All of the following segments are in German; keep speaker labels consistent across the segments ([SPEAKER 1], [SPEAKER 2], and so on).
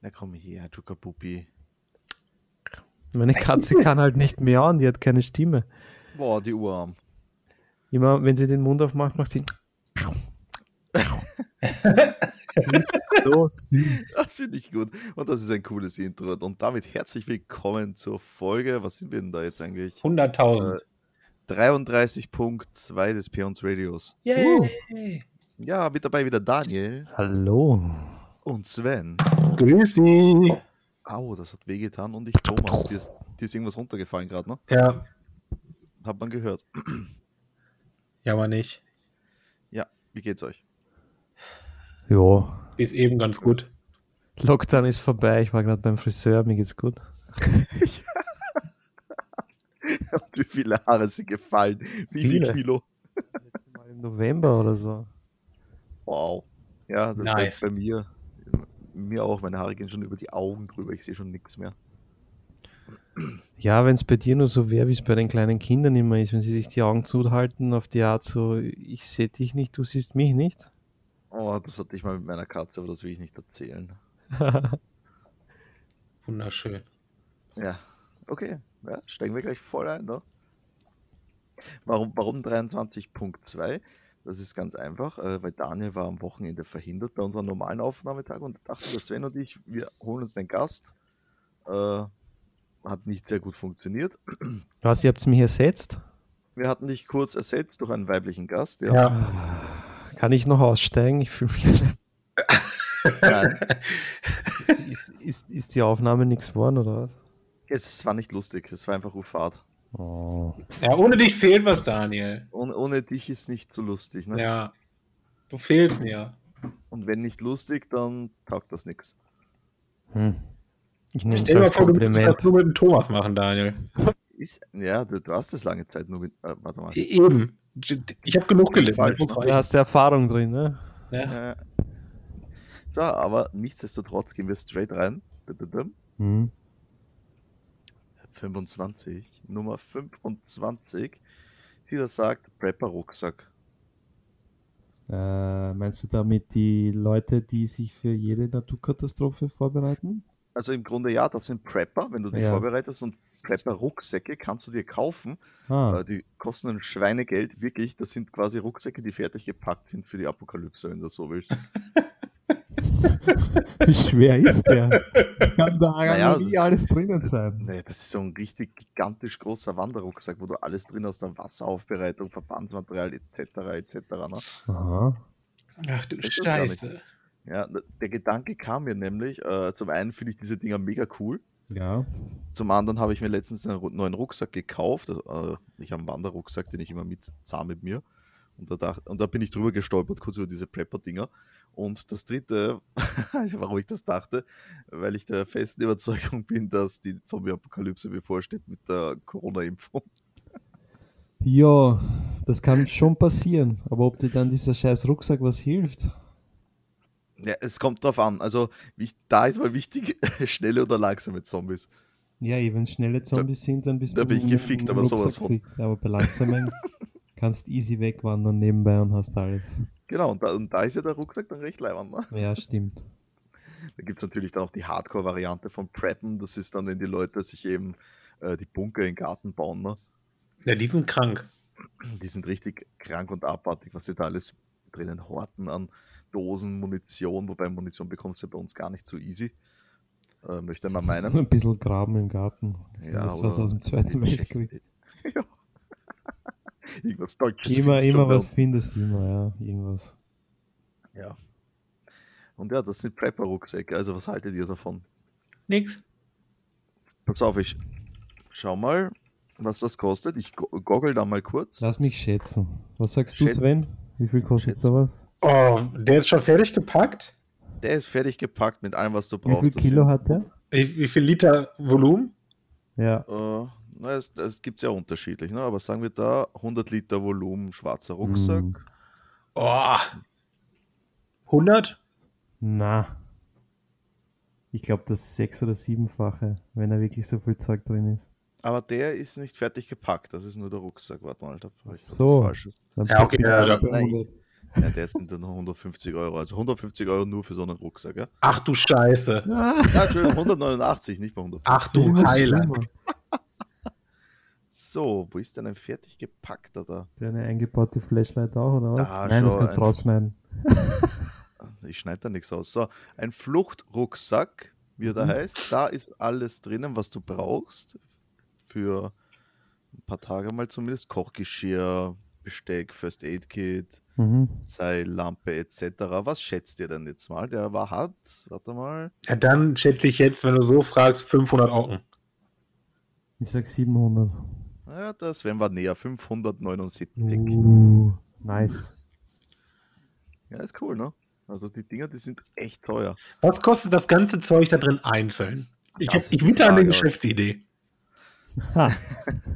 [SPEAKER 1] Na komm her, Chukapupi.
[SPEAKER 2] Meine Katze kann halt nicht miauen, die hat keine Stimme.
[SPEAKER 1] Boah, die Uhrarm.
[SPEAKER 2] Immer wenn sie den Mund aufmacht, macht sie. Das ist so süß.
[SPEAKER 1] Das finde ich gut. Und das ist ein cooles Intro. Und damit herzlich willkommen zur Folge. Was sind wir denn da jetzt eigentlich? Äh,
[SPEAKER 3] 100.000.
[SPEAKER 1] 33.2 des Peons Radios.
[SPEAKER 3] Äh, Yay!
[SPEAKER 1] Ja, mit dabei wieder Daniel
[SPEAKER 2] Hallo.
[SPEAKER 1] und Sven.
[SPEAKER 3] Grüßi!
[SPEAKER 1] Au, das hat wehgetan. Und ich, Thomas, dir ist, dir ist irgendwas runtergefallen gerade, ne?
[SPEAKER 3] Ja,
[SPEAKER 1] Hat man gehört.
[SPEAKER 3] jammer nicht.
[SPEAKER 1] Ja, wie geht's euch?
[SPEAKER 2] Jo.
[SPEAKER 3] Bis eben ganz gut.
[SPEAKER 2] Lockdown ist vorbei. Ich war gerade beim Friseur. Mir geht's gut.
[SPEAKER 1] Und wie viele Haare sind gefallen? Wie viel
[SPEAKER 2] Viele.
[SPEAKER 1] Kilo?
[SPEAKER 2] Mal im November oder so.
[SPEAKER 1] Wow. Ja, das war jetzt
[SPEAKER 3] Nice.
[SPEAKER 1] bei mir. Mir auch, meine Haare gehen schon über die Augen drüber, ich sehe schon nichts mehr.
[SPEAKER 2] Ja, wenn es bei dir nur so wäre, wie es bei den kleinen Kindern immer ist, wenn sie sich die Augen zuhalten auf die Art so, ich sehe dich nicht, du siehst mich nicht.
[SPEAKER 1] Oh, das hatte ich mal mit meiner Katze, aber das will ich nicht erzählen.
[SPEAKER 3] Wunderschön.
[SPEAKER 1] Ja, okay. Ja, steigen wir gleich voll ein, ne? Warum, warum 23.2? Das ist ganz einfach, äh, weil Daniel war am Wochenende verhindert bei unserem normalen Aufnahmetag und dachte, der Sven und ich, wir holen uns den Gast. Äh, hat nicht sehr gut funktioniert.
[SPEAKER 2] Was, ihr habt's mich ersetzt?
[SPEAKER 1] Wir hatten dich kurz ersetzt durch einen weiblichen Gast. Ja.
[SPEAKER 3] Ja.
[SPEAKER 2] Ah, Kann ich noch aussteigen? Ich fühle mich.
[SPEAKER 1] Nein,
[SPEAKER 2] Ist, ist, ist, ist die Aufnahme nichts geworden oder was?
[SPEAKER 1] es, es war nicht lustig, es war einfach Ufahrt.
[SPEAKER 2] Oh.
[SPEAKER 1] Hm.
[SPEAKER 3] ja, ohne dich fehlt was, Daniel.
[SPEAKER 1] Ohne, ohne dich ist nicht so lustig. Ne?
[SPEAKER 3] Ja, du fehlst mir.
[SPEAKER 1] Und wenn nicht lustig, dann taugt das nichts.
[SPEAKER 2] Hm. Ich nehme es
[SPEAKER 3] Stell dir mal
[SPEAKER 2] als
[SPEAKER 3] vor, du müsstest
[SPEAKER 2] Kompliment.
[SPEAKER 3] das nur mit dem Thomas machen, Daniel.
[SPEAKER 1] Ist, ja, du, du hast es lange Zeit nur mit. Äh, warte mal.
[SPEAKER 3] E-, Eben. Ich habe genug gelitten.
[SPEAKER 1] Falsch,
[SPEAKER 3] das muss
[SPEAKER 2] Du
[SPEAKER 3] reichen.
[SPEAKER 2] hast Erfahrung drin, ne?
[SPEAKER 3] ne? Ja.
[SPEAKER 1] Äh, So, aber nichtsdestotrotz gehen wir straight rein. Dü- dü- dü.
[SPEAKER 2] Hm.
[SPEAKER 1] 25, Nummer 25. Sie da sagt, Prepper Rucksack.
[SPEAKER 4] Äh, meinst du damit die Leute, die sich für jede Naturkatastrophe vorbereiten?
[SPEAKER 1] Also im Grunde ja, das sind Prepper, wenn du dich
[SPEAKER 4] Ja.
[SPEAKER 1] vorbereitest und Prepper Rucksäcke kannst du dir kaufen.
[SPEAKER 4] Ah,
[SPEAKER 1] Äh, Die kosten ein Schweinegeld, wirklich. Das sind quasi Rucksäcke, die fertig gepackt sind für die Apokalypse, wenn du so willst.
[SPEAKER 4] wie schwer ist der? Kann da
[SPEAKER 1] Naja,
[SPEAKER 4] nie
[SPEAKER 1] das-
[SPEAKER 4] alles drinnen sein?
[SPEAKER 1] Naja, das ist so ein richtig gigantisch großer Wanderrucksack, wo du alles drin hast, dann Wasseraufbereitung, Verbandsmaterial etc. etc. Ne?
[SPEAKER 4] Aha.
[SPEAKER 3] Ach du
[SPEAKER 1] Das ist gar nicht.
[SPEAKER 3] Scheiße.
[SPEAKER 1] Ja, n- der Gedanke kam mir nämlich, äh, zum einen finde ich diese Dinger mega cool,
[SPEAKER 4] Ja.
[SPEAKER 1] zum anderen habe ich mir letztens einen ru- neuen Rucksack gekauft, äh, ich habe einen Wanderrucksack, den ich immer mit zahm mit mir und da, dacht, und da bin ich drüber gestolpert, kurz über diese Prepper-Dinger und das dritte, warum ich das dachte, weil ich der festen Überzeugung bin, dass die Zombie-Apokalypse bevorsteht mit der Corona-Impfung.
[SPEAKER 4] Ja, das kann schon passieren. Aber ob dir dann dieser scheiß Rucksack was hilft?
[SPEAKER 1] Ja, es kommt drauf an, also wich- da ist mal wichtig, schnelle oder langsame Zombies.
[SPEAKER 4] Ja, wenn es schnelle Zombies sind, dann bist
[SPEAKER 1] da
[SPEAKER 4] du
[SPEAKER 1] bin ich
[SPEAKER 4] mit dem
[SPEAKER 1] gefickt, aber
[SPEAKER 4] Rucksack
[SPEAKER 1] sowas von.
[SPEAKER 4] fickt. Aber bei langsamen kannst easy wegwandern nebenbei und hast alles.
[SPEAKER 1] Genau, und da, und da ist ja der Rucksack dann recht leibend, ne?
[SPEAKER 4] Ja, stimmt.
[SPEAKER 1] Da gibt es natürlich dann auch die Hardcore-Variante von Preppen. Das ist dann, wenn die Leute sich eben äh, die Bunker im Garten bauen. Ne?
[SPEAKER 3] Ja, die sind krank.
[SPEAKER 1] Die sind richtig krank und abartig, was sie da alles drinnen horten an Dosen, Munition. Wobei Munition bekommst du ja bei uns gar nicht so easy. Äh, möchte man meinen.
[SPEAKER 4] Ein bisschen graben im Garten. das ist was aus dem Zweiten
[SPEAKER 1] die Tschechen-
[SPEAKER 4] Weltkrieg.
[SPEAKER 1] die- Ja. Irgendwas Deutsches.
[SPEAKER 4] Immer,
[SPEAKER 1] findest du schon
[SPEAKER 4] immer
[SPEAKER 1] bei
[SPEAKER 4] was
[SPEAKER 1] uns.
[SPEAKER 4] findest, immer, ja, irgendwas.
[SPEAKER 1] Ja. Und ja, das sind Prepper-Rucksäcke. Also, was haltet ihr davon?
[SPEAKER 3] Nix.
[SPEAKER 1] Pass auf, ich schau mal, was das kostet. Ich go- goggle da mal kurz.
[SPEAKER 4] Lass mich schätzen. Was sagst du,
[SPEAKER 1] Schätzen.
[SPEAKER 4] Sven? Wie viel kostet
[SPEAKER 1] Schätzen.
[SPEAKER 4] sowas?
[SPEAKER 3] Oh, der ist schon fertig gepackt?
[SPEAKER 1] Der ist fertig gepackt mit allem, was du
[SPEAKER 4] Wie
[SPEAKER 1] brauchst.
[SPEAKER 4] viel
[SPEAKER 1] Das
[SPEAKER 4] Kilo hat der?
[SPEAKER 3] Wie, wie viel Liter Volumen?
[SPEAKER 4] Ja,
[SPEAKER 1] sind, äh, na, es, es gibt ja unterschiedlich, ne? aber sagen wir da 100 Liter Volumen, schwarzer Rucksack.
[SPEAKER 4] Mm.
[SPEAKER 3] Oh. 100?
[SPEAKER 4] na. Ich glaube, das sechs- oder siebenfache, wenn da wirklich so viel Zeug drin ist.
[SPEAKER 1] Aber der ist nicht fertig gepackt, das ist nur der Rucksack. Warte mal, da hab ich
[SPEAKER 4] So.
[SPEAKER 1] was Falsches.
[SPEAKER 4] Dann
[SPEAKER 3] Ja, okay, also
[SPEAKER 4] pack ich mal
[SPEAKER 3] ja, ja.
[SPEAKER 4] bei
[SPEAKER 1] Nein,
[SPEAKER 4] 100.
[SPEAKER 1] Ja, der sind dann noch 150 Euro. Also 150 Euro nur für so einen Rucksack. Ja?
[SPEAKER 3] Ach du Scheiße.
[SPEAKER 5] Ah,
[SPEAKER 1] Ja, Entschuldigung, 189, nicht mal 150.
[SPEAKER 3] Ach du
[SPEAKER 5] immer
[SPEAKER 3] Heiler.
[SPEAKER 5] schlimmer.
[SPEAKER 1] So, wo ist denn ein fertig gepackter da?
[SPEAKER 2] Der eine eingebaute Flashlight auch, oder was?
[SPEAKER 1] Da,
[SPEAKER 2] Nein, das
[SPEAKER 1] schau,
[SPEAKER 2] kannst du
[SPEAKER 1] ein-
[SPEAKER 2] rausschneiden.
[SPEAKER 1] Ich schneide da nichts aus. So, ein Fluchtrucksack, wie er da
[SPEAKER 2] Mhm.
[SPEAKER 1] heißt. Da ist alles drinnen, was du brauchst. Für ein paar Tage mal zumindest. Kochgeschirr, Besteck, First Aid Kit,
[SPEAKER 2] Mhm.
[SPEAKER 1] Seil, Lampe etc. Was schätzt ihr denn jetzt mal? Der war hart. Warte mal.
[SPEAKER 3] Ja, dann schätze ich jetzt, wenn du so fragst, 500 Augen.
[SPEAKER 2] Ich sag 700.
[SPEAKER 1] Ja, das wären wir näher. 579.
[SPEAKER 2] Uh, nice.
[SPEAKER 1] Ja, ist cool, ne? Also die Dinger, die sind echt teuer.
[SPEAKER 3] Was kostet das ganze Zeug da drin einzeln? Ich,
[SPEAKER 1] Das
[SPEAKER 3] hab,
[SPEAKER 1] ist
[SPEAKER 3] ich
[SPEAKER 1] die
[SPEAKER 3] witte an
[SPEAKER 1] Frage,
[SPEAKER 3] eine
[SPEAKER 1] aber-
[SPEAKER 3] Geschäftsidee.
[SPEAKER 2] Ha,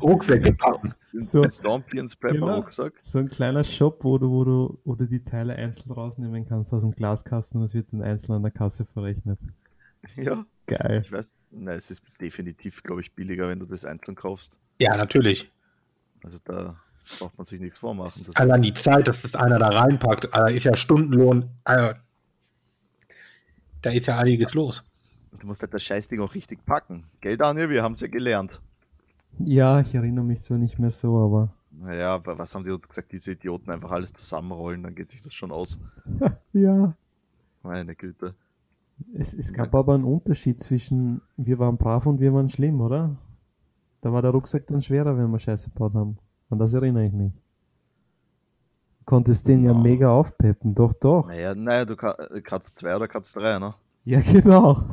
[SPEAKER 3] Rucksäcke packen.
[SPEAKER 2] So.
[SPEAKER 1] So. Stompions Prepper
[SPEAKER 2] Genau.
[SPEAKER 1] Rucksack.
[SPEAKER 2] so ein kleiner Shop, wo du, wo, du, wo du die Teile einzeln rausnehmen kannst aus dem Glaskasten. Das wird dann einzeln an der Kasse verrechnet.
[SPEAKER 1] Ja,
[SPEAKER 2] Geil.
[SPEAKER 1] ich weiß. Nein, es ist definitiv, glaube ich, billiger, wenn du das einzeln kaufst.
[SPEAKER 3] Ja, natürlich.
[SPEAKER 1] Also da braucht man sich nichts vormachen. Das
[SPEAKER 3] Allein
[SPEAKER 1] ist,
[SPEAKER 3] die Zeit, dass das einer da reinpackt, Alter, ist ja Stundenlohn. Alter, da ist ja einiges los.
[SPEAKER 1] du musst halt das Scheißding auch richtig packen. Gell, Daniel? Wir haben es ja gelernt.
[SPEAKER 2] Ja, ich erinnere mich zwar nicht mehr so, aber.
[SPEAKER 1] Naja, aber was haben die uns gesagt? Diese Idioten einfach alles zusammenrollen, dann geht sich das schon aus.
[SPEAKER 2] Ja.
[SPEAKER 1] Meine Güte.
[SPEAKER 2] Es, es gab aber einen Unterschied zwischen wir waren brav und wir waren schlimm, oder? Da war der Rucksack dann schwerer, wenn wir Scheiße gebaut haben. An das erinnere ich mich. Konntest den ja,
[SPEAKER 1] Ja.
[SPEAKER 2] mega aufpeppen, doch, doch.
[SPEAKER 1] Naja, naja, du ka- äh, Katz 2 oder Katz 3, ne?
[SPEAKER 2] Ja, genau.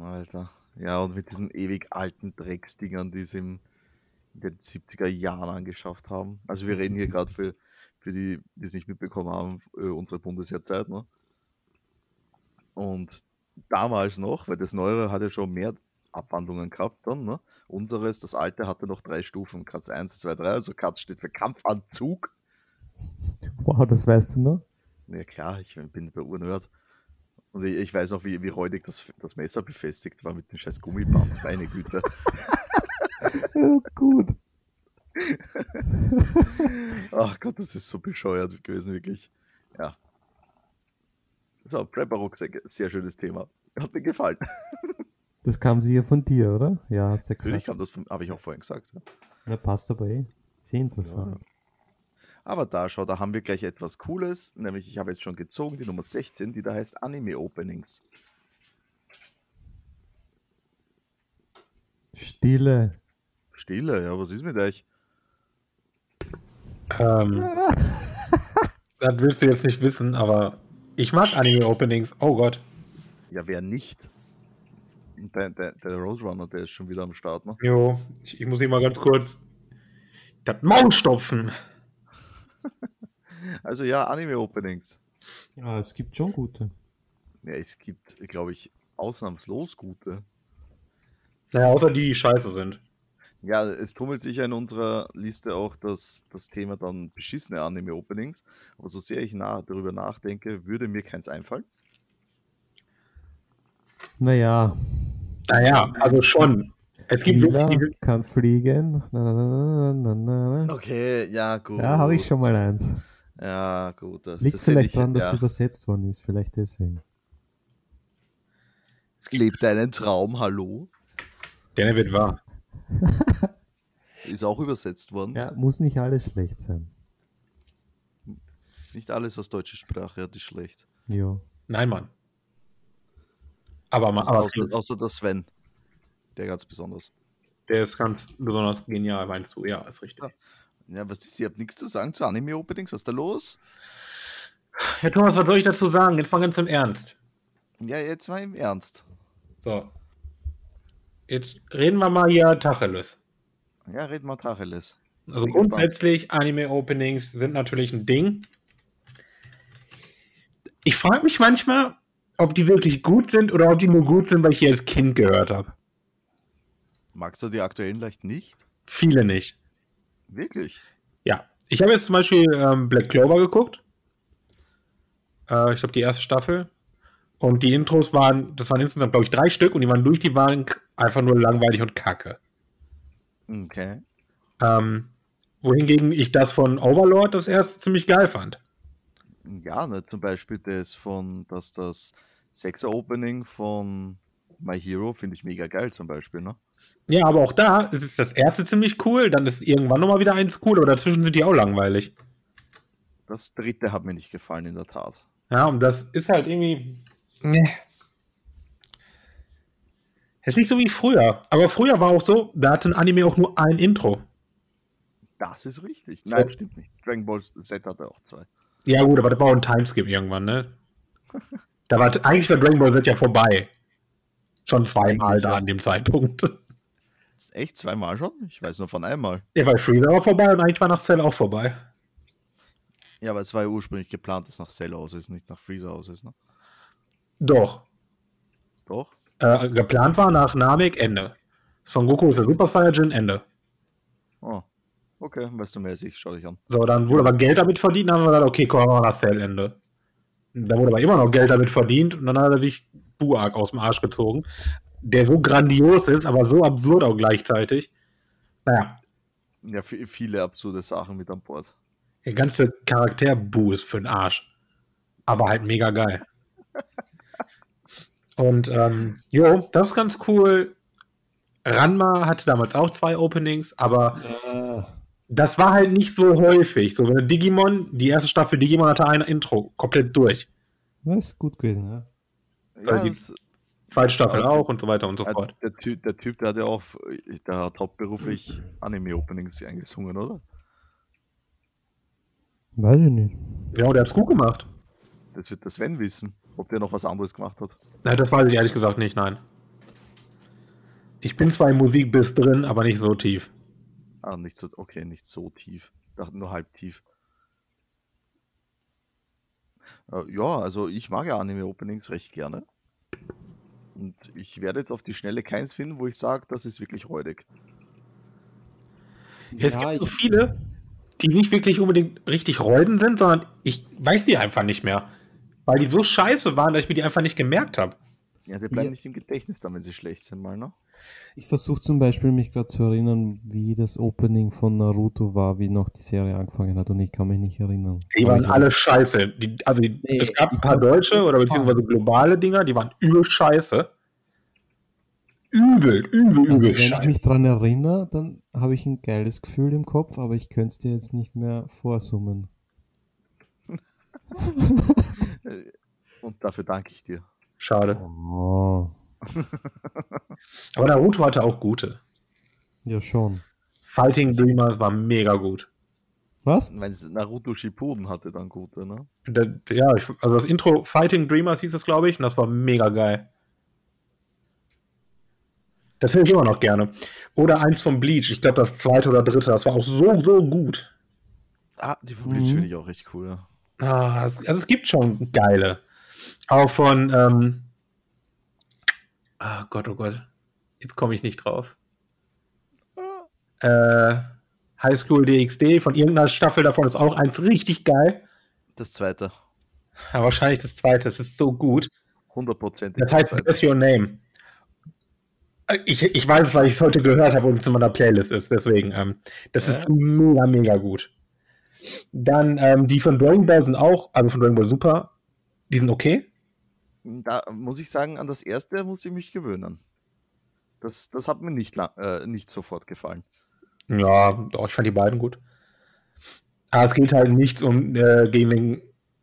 [SPEAKER 1] Alter. Ja, und mit diesen ewig alten Drecksdingern, die sie im, in den 70er Jahren angeschafft haben. Also wir reden hier gerade für, für die, die es nicht mitbekommen haben, äh, unsere Bundesheerzeit, ne? Und damals noch, weil das Neuere hatte schon mehr Abwandlungen gehabt dann, ne? Unseres, das alte hatte noch drei Stufen, Katz 1, 2, 3, also Katz steht für Kampfanzug.
[SPEAKER 2] Wow, das weißt du noch?
[SPEAKER 1] Ja klar, ich bin der Urnerd. Und ich, ich weiß auch, wie, wie räudig das, das Messer befestigt war mit dem scheiß Gummiband, meine Güte.
[SPEAKER 2] Ja, gut.
[SPEAKER 1] Ach Gott, das ist so bescheuert gewesen, wirklich. Ja. So, Prepper-Rucksäcke, sehr schönes Thema. Hat mir gefallen.
[SPEAKER 2] Das kam sicher von dir, oder? Ja, hast du ja
[SPEAKER 1] Natürlich kam
[SPEAKER 2] gesagt.
[SPEAKER 1] das, habe ich auch vorhin gesagt. ja.
[SPEAKER 2] Ja, passt aber eh. Sehr interessant.
[SPEAKER 1] Aber da, schau, da haben wir gleich etwas Cooles, nämlich ich habe jetzt schon gezogen, die Nummer 16, die da heißt Anime Openings.
[SPEAKER 2] Stille.
[SPEAKER 1] Stille, ja, was ist mit euch?
[SPEAKER 3] Ähm, das willst du jetzt nicht wissen, aber ich mag Anime-Openings. Oh Gott.
[SPEAKER 1] Ja, wer nicht? Der, der, der Roadrunner, der ist schon wieder am Start, ne?
[SPEAKER 3] Jo, ich, ich muss hier mal ganz kurz das Maul stopfen.
[SPEAKER 1] Also ja, Anime Openings.
[SPEAKER 2] Ja, es gibt schon gute.
[SPEAKER 1] Ja, es gibt, glaube ich, ausnahmslos gute.
[SPEAKER 3] Naja, außer die, die scheiße sind.
[SPEAKER 1] Ja, es tummelt sich ja in unserer Liste auch das, das Thema dann beschissene Anime-Openings. Aber so sehr ich na, darüber nachdenke, würde mir keins einfallen.
[SPEAKER 2] Naja,
[SPEAKER 3] Naja, also schon. Es gibt
[SPEAKER 2] Lila
[SPEAKER 3] wirklich diese,
[SPEAKER 2] kann fliegen. Na, na, na, na, na, na.
[SPEAKER 1] Okay, ja,
[SPEAKER 3] Oh.
[SPEAKER 1] gut.
[SPEAKER 2] Ja, habe ich schon mal eins.
[SPEAKER 1] Ja, gut. Das,
[SPEAKER 2] Liegt
[SPEAKER 1] das hätte
[SPEAKER 2] vielleicht
[SPEAKER 1] ich-
[SPEAKER 2] daran, dass
[SPEAKER 1] ja.
[SPEAKER 2] übersetzt worden ist, vielleicht deswegen.
[SPEAKER 1] Lebt deinen Traum, hallo?
[SPEAKER 3] der wird wahr.
[SPEAKER 1] Ist auch übersetzt worden.
[SPEAKER 2] Ja, muss nicht alles schlecht sein.
[SPEAKER 1] Nicht alles aus deutscher Sprache hat, ist schlecht.
[SPEAKER 2] Jo.
[SPEAKER 3] Nein, Mann. Aber, ma- aber
[SPEAKER 1] außer, außer der Sven. Der ganz besonders.
[SPEAKER 3] der ist ganz besonders genial, meinst du? Ja, ist richtig.
[SPEAKER 1] Ja, was ist, ihr habt nichts zu sagen zu Anime-Openings? Was ist da los?
[SPEAKER 3] Herr Thomas, was soll ich dazu sagen? Jetzt mal ganz im Ernst.
[SPEAKER 1] Ja, jetzt mal im Ernst.
[SPEAKER 3] So. Jetzt reden wir mal hier Tacheles.
[SPEAKER 1] Ja, red mal Tacheles.
[SPEAKER 3] Also
[SPEAKER 1] Bin gespannt.
[SPEAKER 3] grundsätzlich, Anime-Openings sind natürlich ein Ding. Ich frage mich manchmal, ob die wirklich gut sind oder ob die nur gut sind, weil ich hier als Kind gehört habe.
[SPEAKER 1] Magst du die aktuellen leicht nicht?
[SPEAKER 3] Viele nicht.
[SPEAKER 1] Wirklich?
[SPEAKER 3] Ja. Ich habe jetzt zum Beispiel ähm, Black Clover geguckt. Äh, ich glaube, die erste Staffel. Und die Intros waren, das waren insgesamt, glaube ich, drei Stück und die waren durch die waren k- einfach nur langweilig und kacke.
[SPEAKER 1] Okay.
[SPEAKER 3] Ähm, Wohingegen ich das von Overlord das erste ziemlich geil fand.
[SPEAKER 1] Ja, ne, zum Beispiel das von, dass das Sechser-Opening von My Hero finde ich mega geil zum Beispiel, ne?
[SPEAKER 3] Ja, aber auch da ist es das erste ziemlich cool, dann ist irgendwann nochmal wieder eins cool, aber dazwischen sind die auch langweilig.
[SPEAKER 1] Das dritte hat mir nicht gefallen, in der Tat.
[SPEAKER 3] Ja, und das ist halt irgendwie. Nee. Es ist nicht so wie früher. Aber früher war auch so, da hatte ein Anime auch nur ein Intro.
[SPEAKER 1] Das ist richtig. Nein, stimmt nicht. Dragon Ball Z hatte auch zwei.
[SPEAKER 3] Ja, gut, aber das war auch ein Timeskip irgendwann, ne? Da war, eigentlich war Dragon Ball Z ja vorbei. Schon zweimal
[SPEAKER 1] Eigentlich,
[SPEAKER 3] da
[SPEAKER 1] ja.
[SPEAKER 3] an dem Zeitpunkt.
[SPEAKER 1] Ist Echt zweimal schon? Ich weiß nur von einmal.
[SPEAKER 3] Ja, weil Freezer war vorbei und eigentlich war nach Cell auch vorbei.
[SPEAKER 1] Ja, aber es war ja ursprünglich geplant, dass nach Cell aus ist, nicht nach Freezer aus ist, ne?
[SPEAKER 3] Doch.
[SPEAKER 1] Doch?
[SPEAKER 3] Äh, geplant war nach Namek Ende. Son Goku ist der Super Saiyajin Ende.
[SPEAKER 1] Oh. Okay, weißt du mehr als ich, schau dich an.
[SPEAKER 3] So, dann wurde aber Geld damit verdient, dann haben wir gesagt, okay, komm, machen wir nach Cell Ende. Dann wurde aber immer noch Geld damit verdient und dann hat er sich Buak aus dem Arsch gezogen, der so grandios ist, aber so absurd auch gleichzeitig. Naja,
[SPEAKER 1] Ja, vi- viele absurde Sachen mit an Bord.
[SPEAKER 3] der ganze Charakter Bu ist für den Arsch. Aber halt mega geil. Und ähm, jo, das ist ganz cool. Ranma hatte damals auch zwei Openings, aber
[SPEAKER 4] Äh,
[SPEAKER 3] das war halt nicht so häufig. So, wenn Digimon, die erste Staffel Digimon hatte ein Intro, komplett durch.
[SPEAKER 4] Das ist gut gewesen, ja.
[SPEAKER 1] Ja,
[SPEAKER 3] die-
[SPEAKER 1] es-
[SPEAKER 3] Zweite Staffel
[SPEAKER 1] Ja.
[SPEAKER 3] auch und so weiter und so
[SPEAKER 1] äh,
[SPEAKER 3] fort.
[SPEAKER 1] der, typ, der Typ, der hat ja auch, äh, der hat hauptberuflich Anime-Openings eingesungen, oder?
[SPEAKER 4] Weiß ich nicht.
[SPEAKER 3] Ja, der hat's gut gemacht.
[SPEAKER 1] Das wird der Sven wissen, ob der noch was anderes gemacht hat.
[SPEAKER 3] Ja, Äh, das weiß ich ehrlich gesagt nicht, nein. Ich bin zwar im Musikbiss drin, aber nicht so tief.
[SPEAKER 1] Ah, nicht so, okay, nicht so tief. Ich Dachte nur halb tief. Äh, ja, also ich mag ja Anime-Openings recht gerne. Und ich werde jetzt auf die Schnelle keins finden, wo ich sage, das ist wirklich räudig.
[SPEAKER 3] Es gibt so viele, die nicht wirklich unbedingt richtig Rollen sind, sondern ich weiß die einfach nicht mehr. Weil die so scheiße waren, dass ich mir die einfach nicht gemerkt habe.
[SPEAKER 1] Ja, die bleiben
[SPEAKER 4] Ja.
[SPEAKER 1] nicht im Gedächtnis dann, wenn sie schlecht sind, mal, ne?
[SPEAKER 4] Ich versuche zum Beispiel mich gerade zu erinnern, wie das Opening von Naruto war, wie noch die Serie angefangen hat und ich kann mich nicht erinnern.
[SPEAKER 3] Die waren alle scheiße. Die, also die,
[SPEAKER 4] Nee,
[SPEAKER 3] es gab ein
[SPEAKER 4] ich
[SPEAKER 3] paar
[SPEAKER 4] glaub,
[SPEAKER 3] deutsche oder beziehungsweise globale Dinger, die waren übel scheiße. Übel, übel, übel
[SPEAKER 4] also, wenn ich
[SPEAKER 3] scheiße.
[SPEAKER 4] mich dran erinnere, dann habe ich ein geiles Gefühl im Kopf, aber ich könnte es dir jetzt nicht mehr vorsummen.
[SPEAKER 1] Und dafür danke ich dir.
[SPEAKER 3] Schade.
[SPEAKER 4] Oh,
[SPEAKER 3] Aber Naruto hatte auch gute.
[SPEAKER 4] ja schon.
[SPEAKER 3] Fighting Dreamers war mega gut.
[SPEAKER 4] Was?
[SPEAKER 1] Wenn es Naruto Shippuden hatte, dann gute, ne?
[SPEAKER 3] Da, ja, ich, also das Intro Fighting Dreamers hieß es, glaube ich, und das war mega geil. Das höre ich immer noch gerne. Oder eins von Bleach, ich glaube das zweite oder dritte, das war auch so, so gut.
[SPEAKER 1] Ah, die von
[SPEAKER 4] Mhm.
[SPEAKER 1] Bleach finde ich auch echt cool, ja.
[SPEAKER 3] Ah, es- also es gibt schon geile. Auch von, ähm, ah Gott, oh Gott, jetzt komme ich nicht drauf. Äh, High School DxD von irgendeiner Staffel davon ist auch eins richtig geil.
[SPEAKER 1] Das zweite.
[SPEAKER 3] Ja, wahrscheinlich das zweite, es ist so gut.
[SPEAKER 1] Hundertprozentig.
[SPEAKER 3] Das heißt
[SPEAKER 1] zweite.
[SPEAKER 3] Bless Your Name. Äh, Ich, ich weiß es, weil ich es heute gehört habe und es in meiner Playlist ist, deswegen. Ähm, das ist
[SPEAKER 1] Ja.
[SPEAKER 3] mega, mega gut. Dann ähm, die von Dragon Ball sind auch, also von Dragon Ball Super, die sind okay.
[SPEAKER 1] Da muss ich sagen, an das erste muss ich mich gewöhnen. Das, das hat mir nicht, lang, äh, nicht sofort gefallen.
[SPEAKER 3] Ja, doch, ich fand die beiden gut. Aber es geht halt nichts um äh, gegen den,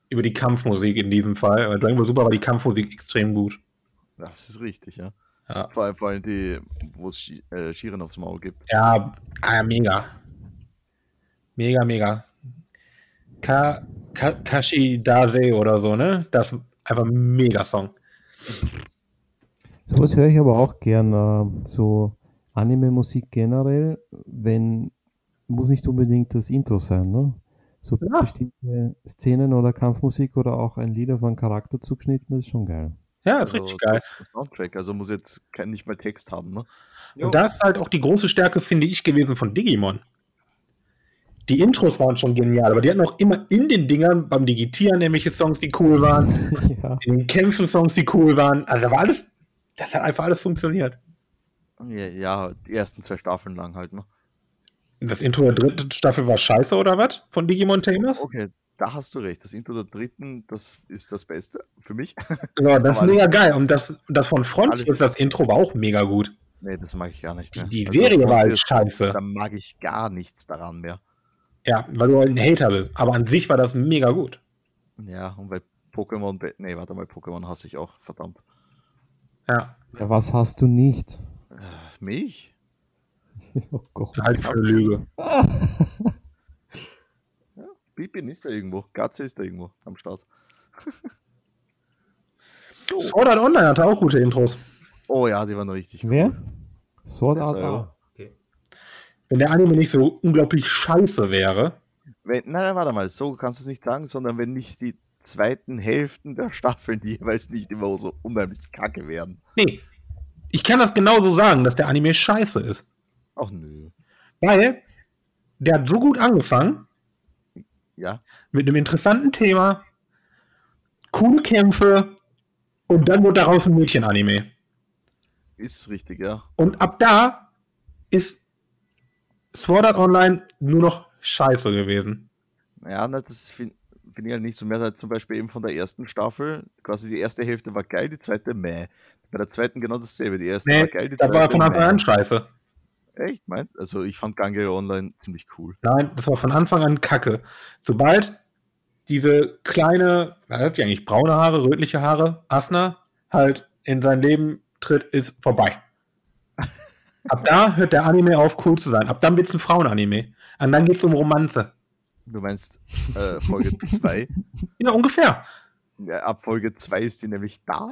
[SPEAKER 3] über die Kampfmusik in diesem Fall. Bei Dragon Ball Super war die Kampfmusik extrem gut.
[SPEAKER 1] Das ist richtig, ja.
[SPEAKER 3] Ja,
[SPEAKER 1] Vor allem, vor allem die, wo es Shi- äh, Shiren aufs Maul gibt.
[SPEAKER 3] ja, ah, ja mega. Mega, mega. Ka Ka Kashi Dase oder so, ne? Das ist einfach ein mega Song.
[SPEAKER 4] Sowas höre ich aber auch gern. äh, So Anime-Musik generell, wenn, muss nicht unbedingt das Intro sein, ne? So
[SPEAKER 3] Ja.
[SPEAKER 4] bestimmte Szenen oder Kampfmusik oder auch ein Lied auf einen Charakter zugeschnitten, das ist schon geil.
[SPEAKER 3] Ja, ist richtig geil.
[SPEAKER 1] Also, Das ist ein Soundtrack, also muss jetzt kein, nicht mal Text haben, ne?
[SPEAKER 3] Und das ist halt auch die große Stärke, finde ich, gewesen von Digimon. Die Intros waren schon genial, aber die hatten auch immer in den Dingern beim Digitieren nämlich Songs, die cool waren.
[SPEAKER 4] ja.
[SPEAKER 3] in den Kämpfen Songs, die cool waren. Also da war alles, das hat einfach alles funktioniert.
[SPEAKER 1] Ja, ja, die ersten zwei Staffeln lang halt, ne?
[SPEAKER 3] Das Intro der dritten Staffel war scheiße oder was? Von Digimon Tamers?
[SPEAKER 1] Okay, da hast du recht. Das Intro der dritten, das ist das Beste für mich.
[SPEAKER 3] Ja, Genau, das ist
[SPEAKER 1] Aber
[SPEAKER 3] mega geil. Und das, das von Front,
[SPEAKER 1] Alles-
[SPEAKER 3] das Intro war auch mega gut.
[SPEAKER 1] nee, das mag ich gar nicht
[SPEAKER 3] Die-
[SPEAKER 1] mehr.
[SPEAKER 3] die Serie war halt
[SPEAKER 1] das-
[SPEAKER 3] scheiße.
[SPEAKER 1] Da mag ich gar nichts daran mehr.
[SPEAKER 3] Ja, weil du halt ein Hater bist. Aber an sich war das mega gut.
[SPEAKER 1] Ja, und bei Pokémon, Be- nee, warte mal, Pokémon hasse ich auch, verdammt.
[SPEAKER 3] Ja,
[SPEAKER 4] Ja, was hast du nicht?
[SPEAKER 1] Äh, mich?
[SPEAKER 4] Oh Gott.
[SPEAKER 3] halt für eine Lüge.
[SPEAKER 1] Pippin ist da irgendwo, Gatze ist da irgendwo am Start. so.
[SPEAKER 3] Sword Art Online hatte auch gute Intros.
[SPEAKER 1] Oh ja, die waren richtig cool.
[SPEAKER 4] Wer? Sword
[SPEAKER 1] Also,
[SPEAKER 4] Art. Online.
[SPEAKER 3] Wenn der Anime nicht so unglaublich scheiße wäre.
[SPEAKER 1] Wenn, nein, nein, warte mal, so kannst du es nicht sagen, sondern wenn nicht die zweiten Hälften der Staffeln, die jeweils nicht immer so unheimlich kacke werden.
[SPEAKER 3] Nee, ich kann das genauso sagen, dass der Anime scheiße ist.
[SPEAKER 1] Ach nö.
[SPEAKER 3] Weil der hat so gut angefangen,
[SPEAKER 1] Ja,
[SPEAKER 3] mit einem interessanten Thema, coole Kämpfe und dann wird daraus ein Mädchen-Anime.
[SPEAKER 1] ist richtig, ja.
[SPEAKER 3] Und ab da ist Sword Art Online nur noch scheiße gewesen.
[SPEAKER 1] Ja, na, das finde find ich halt nicht so mehr. Halt zum Beispiel eben von der ersten Staffel, quasi die erste Hälfte war geil, die zweite meh. Bei der zweiten genau dasselbe. Die erste war halt
[SPEAKER 3] Nee,
[SPEAKER 1] geil, die
[SPEAKER 3] das
[SPEAKER 1] zweite
[SPEAKER 3] war von Anfang
[SPEAKER 1] meh.
[SPEAKER 3] an scheiße.
[SPEAKER 1] Echt, meinst Also ich fand Gangrel Online ziemlich cool.
[SPEAKER 3] Nein, das war von Anfang an Kacke. Sobald diese kleine, was hat die eigentlich, braune Haare, rötliche Haare, Asna, halt in sein Leben tritt, ist vorbei. Ab da hört der Anime auf, cool zu sein. Ab dann wird's ein Frauenanime. Und dann geht's um Romanze.
[SPEAKER 1] Du meinst äh, Folge 2?
[SPEAKER 3] Ja, ungefähr.
[SPEAKER 1] ja, ab Folge 2 ist die nämlich da.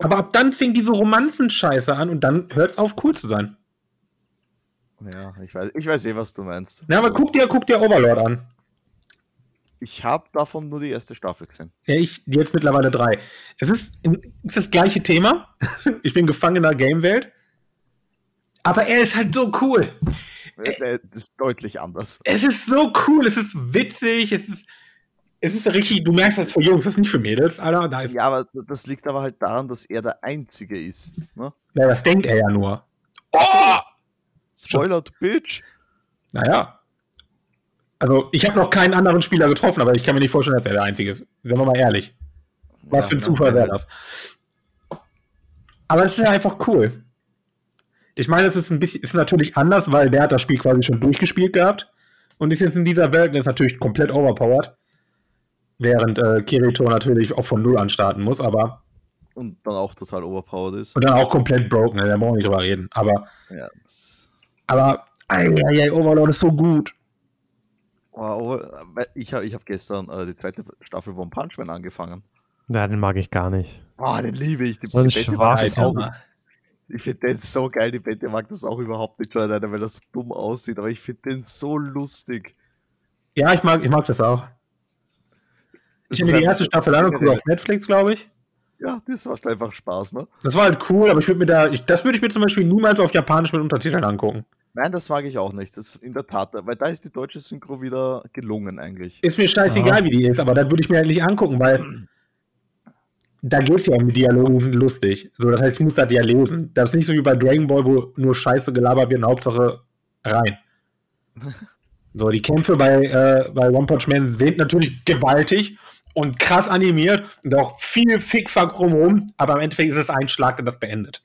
[SPEAKER 3] Aber ab dann fing diese Romanzenscheiße an und dann hört's auf, cool zu sein.
[SPEAKER 1] Ja, ich weiß, ich weiß eh, was du meinst.
[SPEAKER 3] Na, aber guck dir, guck dir Overlord an.
[SPEAKER 1] Ich habe davon nur die erste Staffel gesehen.
[SPEAKER 3] Ja, ich jetzt mittlerweile drei. Es ist, es ist das gleiche Thema. Ich bin gefangen in der Game-Welt. Aber er ist halt so cool.
[SPEAKER 1] Äh, Das ist deutlich anders.
[SPEAKER 3] Es ist so cool. Es ist witzig. Es ist, es ist richtig. Du merkst, das ist für Jungs, das ist nicht für Mädels, Alter. Da ist,
[SPEAKER 1] Ja, aber das liegt aber halt daran, dass er der Einzige ist. Ne?
[SPEAKER 3] na, das denkt er ja nur. Oh!
[SPEAKER 1] Spoilert, Bitch!
[SPEAKER 3] Naja. Also, ich habe noch keinen anderen Spieler getroffen, aber ich kann mir nicht vorstellen, dass er der Einzige ist. Seien wir mal ehrlich. Was
[SPEAKER 1] Ja,
[SPEAKER 3] für ein
[SPEAKER 1] ne?
[SPEAKER 3] Zufall wäre das? Aber es ist ja einfach cool. Ich meine, es ist ein bisschen, ist natürlich anders, weil der hat das Spiel quasi schon durchgespielt gehabt und ist jetzt in dieser Welt und ist natürlich komplett overpowered. Während äh, Kirito natürlich auch von Null an starten muss, aber
[SPEAKER 1] Und dann auch total overpowered ist.
[SPEAKER 3] und dann auch komplett broken, ne, da brauchen wir nicht drüber reden. Aber,
[SPEAKER 1] Ja, das,
[SPEAKER 3] aber, ei, ei, ei, Overlord ist so gut.
[SPEAKER 1] oh, oh, weil ich habe ich hab gestern äh, die zweite Staffel von Punch Man angefangen.
[SPEAKER 2] Nein, den mag ich gar nicht.
[SPEAKER 1] Ah, den liebe ich. Die,
[SPEAKER 2] So
[SPEAKER 1] die
[SPEAKER 2] ein
[SPEAKER 1] Bette mag das
[SPEAKER 2] Schwachsinn.
[SPEAKER 1] auch. Ich finde den so geil. Die Bette mag das auch überhaupt nicht, schon alleine, weil das so dumm aussieht. Aber ich finde den so lustig.
[SPEAKER 3] Ja, ich mag, ich mag das auch. Ich
[SPEAKER 1] Das ist
[SPEAKER 3] habe mir die erste
[SPEAKER 1] einfach-
[SPEAKER 3] Staffel angeguckt auf Netflix, glaube ich.
[SPEAKER 1] Ja, das macht einfach Spaß, ne?
[SPEAKER 3] Das war halt cool, aber ich würde mir da, ich, das würde ich mir zum Beispiel niemals auf Japanisch mit Untertiteln angucken.
[SPEAKER 1] Nein, das mag ich auch nicht. Das ist in der Tat, weil da ist die deutsche Synchro wieder gelungen eigentlich.
[SPEAKER 3] Ist mir scheißegal, wie die ist, aber das würde ich mir halt nicht angucken, weil da geht's ja um die Dialoge, die sind lustig. So, das heißt, ich muss das ja lesen. Das ist nicht so wie bei Dragon Ball, wo nur Scheiße gelabert wird und Hauptsache rein. So, die Kämpfe bei, äh, bei One Punch Man sind natürlich gewaltig und krass animiert und auch viel Fickfuck rumrum, aber im Endeffekt ist es ein Schlag, der das beendet.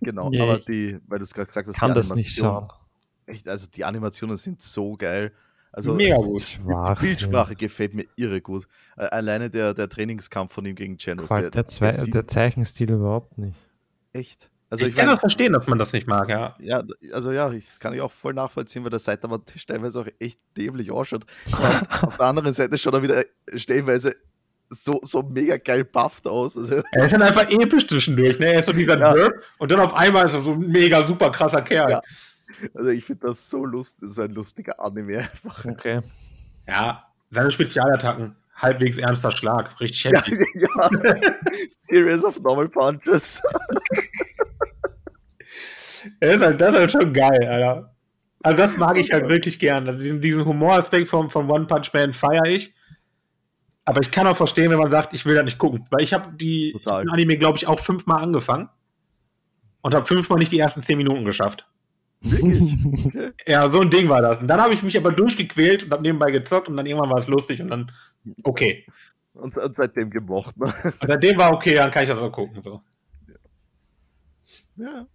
[SPEAKER 1] Genau,
[SPEAKER 2] Nee,
[SPEAKER 1] aber
[SPEAKER 2] ich
[SPEAKER 1] die, weil du es gerade gesagt hast,
[SPEAKER 2] Kann
[SPEAKER 1] die
[SPEAKER 2] das nicht schauen.
[SPEAKER 1] Animation- Echt, also die Animationen sind so geil. Also
[SPEAKER 3] Mega gut.
[SPEAKER 1] Die
[SPEAKER 2] Schwachsinn.
[SPEAKER 1] Bildsprache gefällt mir irre gut. Äh, Alleine der, der Trainingskampf von ihm gegen Genos,
[SPEAKER 2] Gefällt der, Zwei
[SPEAKER 1] sieht
[SPEAKER 2] der Zeichenstil überhaupt nicht.
[SPEAKER 1] echt. Also
[SPEAKER 3] ich
[SPEAKER 1] ich,
[SPEAKER 3] kann
[SPEAKER 1] mein,
[SPEAKER 3] das verstehen, dass man das nicht mag, ja.
[SPEAKER 1] ja, also ja, ich- das kann ich auch voll nachvollziehen, weil der Seite aber stellenweise auch echt dämlich ausschaut. Aber auf der anderen Seite schaut er wieder äh, stellenweise so, so mega geil bufft aus. Also,
[SPEAKER 3] Er ist dann einfach episch zwischendurch, ne? Er ist so dieser
[SPEAKER 1] Ja.
[SPEAKER 3] Derp und dann auf einmal ist er so ein mega super krasser Kerl.
[SPEAKER 1] Ja.
[SPEAKER 3] Ja.
[SPEAKER 1] also ich finde das so lustig, das ist ein lustiger Anime einfach.
[SPEAKER 2] Okay.
[SPEAKER 3] Seine Spezialattacken. Halbwegs ernster Schlag. Richtig
[SPEAKER 1] Ja,
[SPEAKER 3] heftig.
[SPEAKER 1] ja. Series of Normal Punches.
[SPEAKER 3] Er ist halt, das ist halt schon geil, Alter. Also das mag ich halt wirklich gern. Also diesen, diesen Humoraspekt von, von One Punch Man feiere ich. Aber ich kann auch verstehen, wenn man sagt, ich will da nicht gucken. Weil ich habe die ich
[SPEAKER 1] Total.
[SPEAKER 3] hab den Anime, glaube ich, auch fünfmal angefangen und habe fünfmal nicht die ersten zehn Minuten geschafft.
[SPEAKER 1] Wirklich?
[SPEAKER 2] Mhm.
[SPEAKER 1] Okay.
[SPEAKER 3] Ja, so ein Ding war das. Und dann habe ich mich aber durchgequält und habe nebenbei gezockt und dann irgendwann war es lustig und dann, okay.
[SPEAKER 1] Und, und seitdem gemocht. Ne?
[SPEAKER 3] Und dann dem war okay, dann kann ich das auch gucken. So.
[SPEAKER 1] Ja.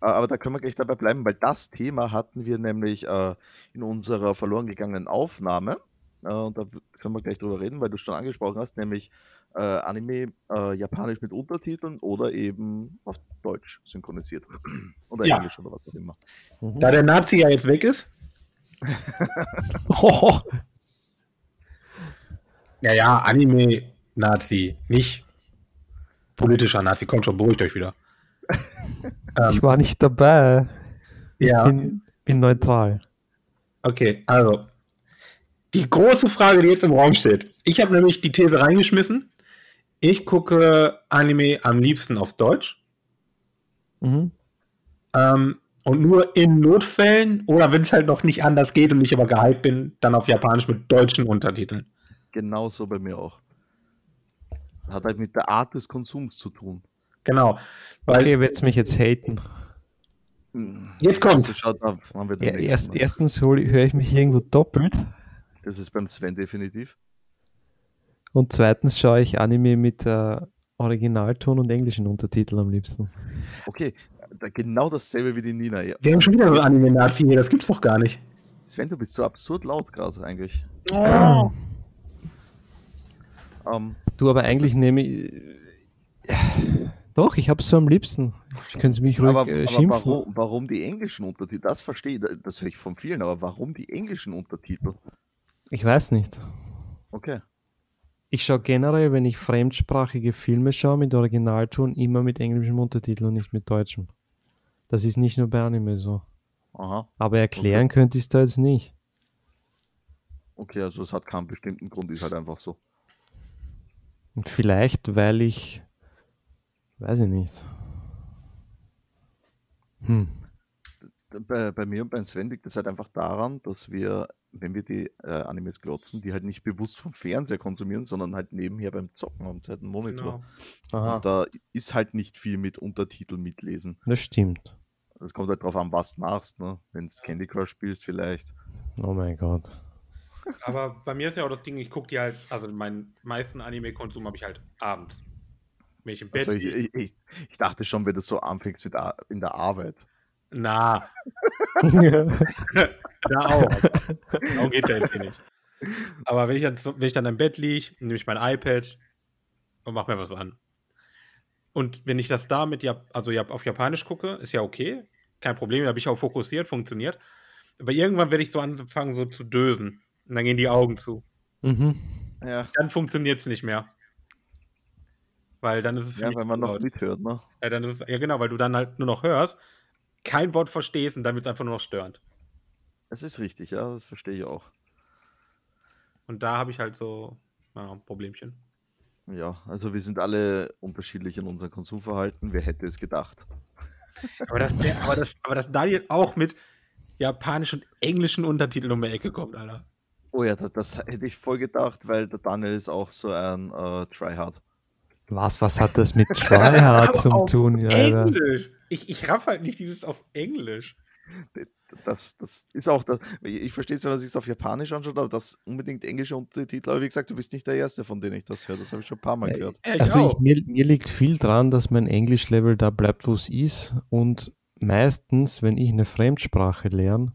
[SPEAKER 1] Aber aber da können wir gleich dabei bleiben, weil das Thema hatten wir nämlich äh, in unserer verloren gegangenen Aufnahme. Äh, und da w- können wir gleich drüber reden, weil du schon angesprochen hast, nämlich äh, Anime äh, japanisch mit Untertiteln oder eben auf Deutsch synchronisiert. Oder
[SPEAKER 3] Ja.
[SPEAKER 1] Englisch oder was auch immer.
[SPEAKER 3] Da der Nazi ja jetzt weg ist,
[SPEAKER 2] Oh,
[SPEAKER 3] ja, ja, Anime-Nazi, nicht politischer Nazi. Kommt schon, beruhigt euch wieder. Ähm,
[SPEAKER 2] ich war nicht dabei.
[SPEAKER 3] Ja.
[SPEAKER 2] Bin, bin neutral.
[SPEAKER 3] Okay, also. Die große Frage, die jetzt im Raum steht. Ich habe nämlich die These reingeschmissen. Ich gucke Anime am liebsten auf Deutsch.
[SPEAKER 2] Mhm.
[SPEAKER 3] Ähm, und nur in Notfällen oder wenn es halt noch nicht anders geht und ich aber geheilt bin, dann auf Japanisch mit deutschen Untertiteln.
[SPEAKER 1] Genauso Genau bei mir auch. Hat halt mit der Art des Konsums zu tun.
[SPEAKER 3] Genau. Weil
[SPEAKER 2] Okay, willst mich jetzt haten?
[SPEAKER 3] jetzt
[SPEAKER 1] Also
[SPEAKER 3] kommt's.
[SPEAKER 1] schaut, da haben wir den
[SPEAKER 2] Ja,
[SPEAKER 1] nächsten,
[SPEAKER 2] erst,
[SPEAKER 1] ne?
[SPEAKER 2] erstens hol- höre ich mich irgendwo doppelt
[SPEAKER 1] Das ist beim Sven definitiv.
[SPEAKER 2] und zweitens schaue ich Anime mit äh, Originalton und englischen Untertitel am liebsten.
[SPEAKER 1] Okay, da, genau dasselbe wie die Nina. Ja.
[SPEAKER 3] Wir haben schon wieder so einen Anime-Nazi hier, das gibt's doch gar nicht.
[SPEAKER 1] Sven, du bist so absurd laut gerade eigentlich. Ähm,
[SPEAKER 2] Du, aber eigentlich nehme ich... äh, Doch, ich habe es so am liebsten. Ich könnte mich ruhig
[SPEAKER 1] aber
[SPEAKER 2] äh,
[SPEAKER 1] aber
[SPEAKER 2] schimpfen.
[SPEAKER 1] warum, warum die englischen Untertitel? Das verstehe ich, das höre ich von vielen, aber warum die englischen Untertitel?
[SPEAKER 2] Ich weiß nicht.
[SPEAKER 1] Okay.
[SPEAKER 2] Ich schaue generell, wenn ich fremdsprachige Filme schaue, mit Originalton immer mit englischem Untertitel und nicht mit deutschem. Das ist nicht nur bei Anime so.
[SPEAKER 1] Aha.
[SPEAKER 2] Aber erklären könnte ich es da jetzt nicht.
[SPEAKER 1] Okay, also es hat keinen bestimmten Grund, ist halt einfach so.
[SPEAKER 2] Und vielleicht, weil ich. Weiß ich nicht. Hm.
[SPEAKER 1] Bei, bei mir und bei Sven liegt es halt einfach daran, dass wir, wenn wir die äh, Animes glotzen, die halt nicht bewusst vom Fernseher konsumieren, sondern halt nebenher beim Zocken am zweiten
[SPEAKER 3] Genau.
[SPEAKER 1] Monitor.
[SPEAKER 2] Aha.
[SPEAKER 1] Und da ist halt nicht viel mit Untertiteln mitlesen.
[SPEAKER 2] Das stimmt.
[SPEAKER 1] Das kommt halt drauf an, was du machst, ne? Wenn du Candy Crush spielst, vielleicht.
[SPEAKER 2] Oh mein Gott.
[SPEAKER 3] Aber bei mir ist ja auch das Ding, ich gucke die halt, also meinen meisten Anime-Konsum habe ich halt abends. Wenn ich im Bett
[SPEAKER 1] Also ich, ich, ich, ich dachte schon, wenn du so anfängst mit Ar- in der Arbeit.
[SPEAKER 3] Na,
[SPEAKER 2] ja,
[SPEAKER 3] da auch. Darum geht ja jetzt hier nicht. Aber wenn ich dann, wenn ich dann im Bett liege, nehme ich mein iPad und mache mir was an. Und wenn ich das da mit, Jap also Jap auf Japanisch gucke, ist ja okay. Kein Problem, da bin ich auch fokussiert, funktioniert. Aber irgendwann werde ich so anfangen, so zu dösen. Und dann gehen die Augen zu.
[SPEAKER 2] mhm.
[SPEAKER 1] Ja,
[SPEAKER 3] Dann funktioniert es nicht mehr. Weil dann ist es für
[SPEAKER 1] ja
[SPEAKER 3] mich
[SPEAKER 1] wenn
[SPEAKER 3] zu
[SPEAKER 1] man noch
[SPEAKER 3] laut.
[SPEAKER 1] mithört, ne?
[SPEAKER 3] Ja, dann ist es, ja, genau, weil du dann halt nur noch hörst, kein Wort verstehst und dann wird es einfach nur noch störend.
[SPEAKER 1] Es ist richtig, ja, das verstehe ich auch.
[SPEAKER 3] Und da habe ich halt so ja, ein Problemchen.
[SPEAKER 1] Ja, also wir sind alle unterschiedlich in unserem Konsumverhalten. Wer hätte es gedacht?
[SPEAKER 3] Aber dass, der, aber, das, aber dass Daniel auch mit japanischen und englischen Untertiteln um die Ecke kommt, Alter.
[SPEAKER 1] Oh ja, das, das hätte ich voll gedacht, weil der Daniel ist auch so ein äh, Tryhard.
[SPEAKER 2] Was, was hat das mit Tryhard
[SPEAKER 3] Aber
[SPEAKER 2] zum
[SPEAKER 3] auf
[SPEAKER 2] tun? Ja, Alter?
[SPEAKER 3] Englisch! Ich, ich raff halt nicht dieses auf Englisch.
[SPEAKER 1] Das, das ist auch das. Ich ich verstehe es, wenn man sich auf Japanisch anschaut, aber das unbedingt englische Untertitel. Aber wie gesagt, du bist nicht der Erste, von denen ich das höre. Das habe ich schon ein paar Mal
[SPEAKER 2] Ey,
[SPEAKER 1] gehört.
[SPEAKER 3] Ja, ich
[SPEAKER 2] Also ich,
[SPEAKER 3] auch.
[SPEAKER 2] mir, mir liegt viel dran, dass mein Englisch-Level da bleibt, wo es ist. Und meistens, wenn ich eine Fremdsprache lerne,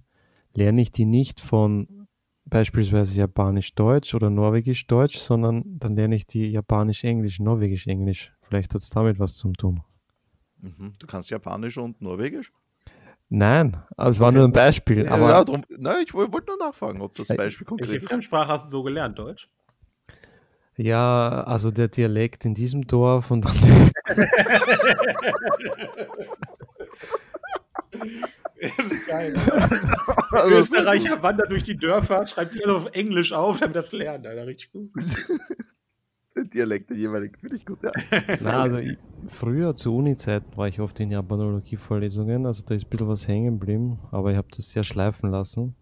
[SPEAKER 2] lerne ich die nicht von beispielsweise Japanisch-Deutsch oder Norwegisch-Deutsch, sondern dann lerne ich die Japanisch-Englisch, Norwegisch-Englisch. Vielleicht hat es damit was zum tun.
[SPEAKER 1] Mhm. Du kannst Japanisch und Norwegisch?
[SPEAKER 2] Nein, aber es war nur ein Beispiel.
[SPEAKER 1] Ja,
[SPEAKER 2] Aber
[SPEAKER 1] ja, drum, nein, ich woll- wollte nur nachfragen, ob das
[SPEAKER 2] Äh,
[SPEAKER 1] Beispiel
[SPEAKER 3] Welche
[SPEAKER 1] konkret ist.
[SPEAKER 3] Fremdsprache hast du so gelernt, Deutsch?
[SPEAKER 2] Ja, also der Dialekt in diesem Dorf und dann.
[SPEAKER 3] Das ist geil.
[SPEAKER 1] Also, das-
[SPEAKER 3] Österreicher wandert durch die Dörfer, schreibt sich alle auf Englisch auf, damit das lernt, Alter. Richtig gut.
[SPEAKER 1] den Dialekt der jeweiligen finde ich gut, ja.
[SPEAKER 2] Na, also ich, früher zu Uni-Zeiten war ich oft in Japanologie-Vorlesungen, also da ist ein bisschen was hängen geblieben, aber ich habe das sehr schleifen lassen.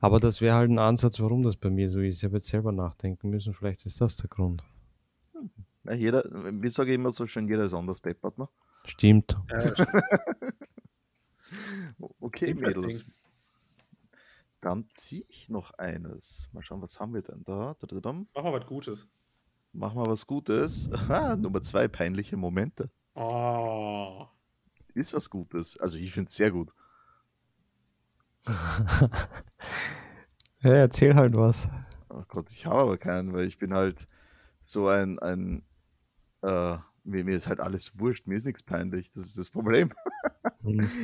[SPEAKER 2] Aber das wäre halt ein Ansatz, warum das bei mir so ist. Ich habe jetzt selber nachdenken müssen, vielleicht ist das der Grund.
[SPEAKER 1] Na, jeder, wie sage ich immer so schön, jeder ist anders deppert, ne?
[SPEAKER 2] Stimmt.
[SPEAKER 3] Ja,
[SPEAKER 1] Okay,
[SPEAKER 3] Nimm das
[SPEAKER 1] Mädels.
[SPEAKER 3] Ding.
[SPEAKER 1] Dann ziehe ich noch eines. Mal schauen, was haben wir denn da? Dadadam.
[SPEAKER 3] Mach mal was Gutes.
[SPEAKER 1] Mach mal was Gutes. Aha, Nummer zwei, peinliche Momente.
[SPEAKER 3] Oh.
[SPEAKER 1] Ist was Gutes. Also ich finde es sehr gut.
[SPEAKER 2] Ja, erzähl halt was.
[SPEAKER 1] Oh Gott, ich habe aber keinen, weil ich bin halt so ein, ein äh, mir, mir ist halt alles wurscht, mir ist nichts peinlich, das ist das Problem.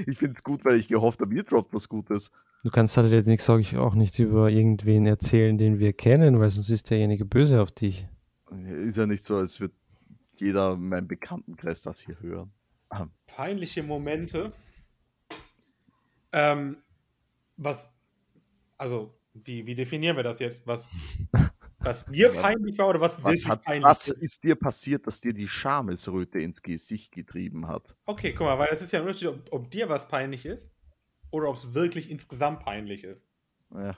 [SPEAKER 1] Ich finde es gut, weil ich gehofft habe, ihr droppt was Gutes.
[SPEAKER 2] Du kannst halt jetzt nichts, sage ich auch nicht, über irgendwen erzählen, den wir kennen, weil sonst ist derjenige böse auf dich.
[SPEAKER 1] Ist ja nicht so, als würde jeder in meinem Bekanntenkreis das hier hören. Ah,
[SPEAKER 3] peinliche Momente. Ähm, was, also, wie, wie definieren wir das jetzt? Was, was mir
[SPEAKER 1] Ja.
[SPEAKER 3] peinlich war oder was,
[SPEAKER 1] Was,
[SPEAKER 3] wirklich
[SPEAKER 1] hat,
[SPEAKER 3] peinlich
[SPEAKER 1] was
[SPEAKER 3] ist?
[SPEAKER 1] ist dir passiert, dass dir die Schamesröte ins Gesicht getrieben hat?
[SPEAKER 3] Okay, guck mal, weil das ist ja ein Unterschied, ob, ob dir was peinlich ist oder ob es wirklich insgesamt peinlich ist.
[SPEAKER 1] Ja.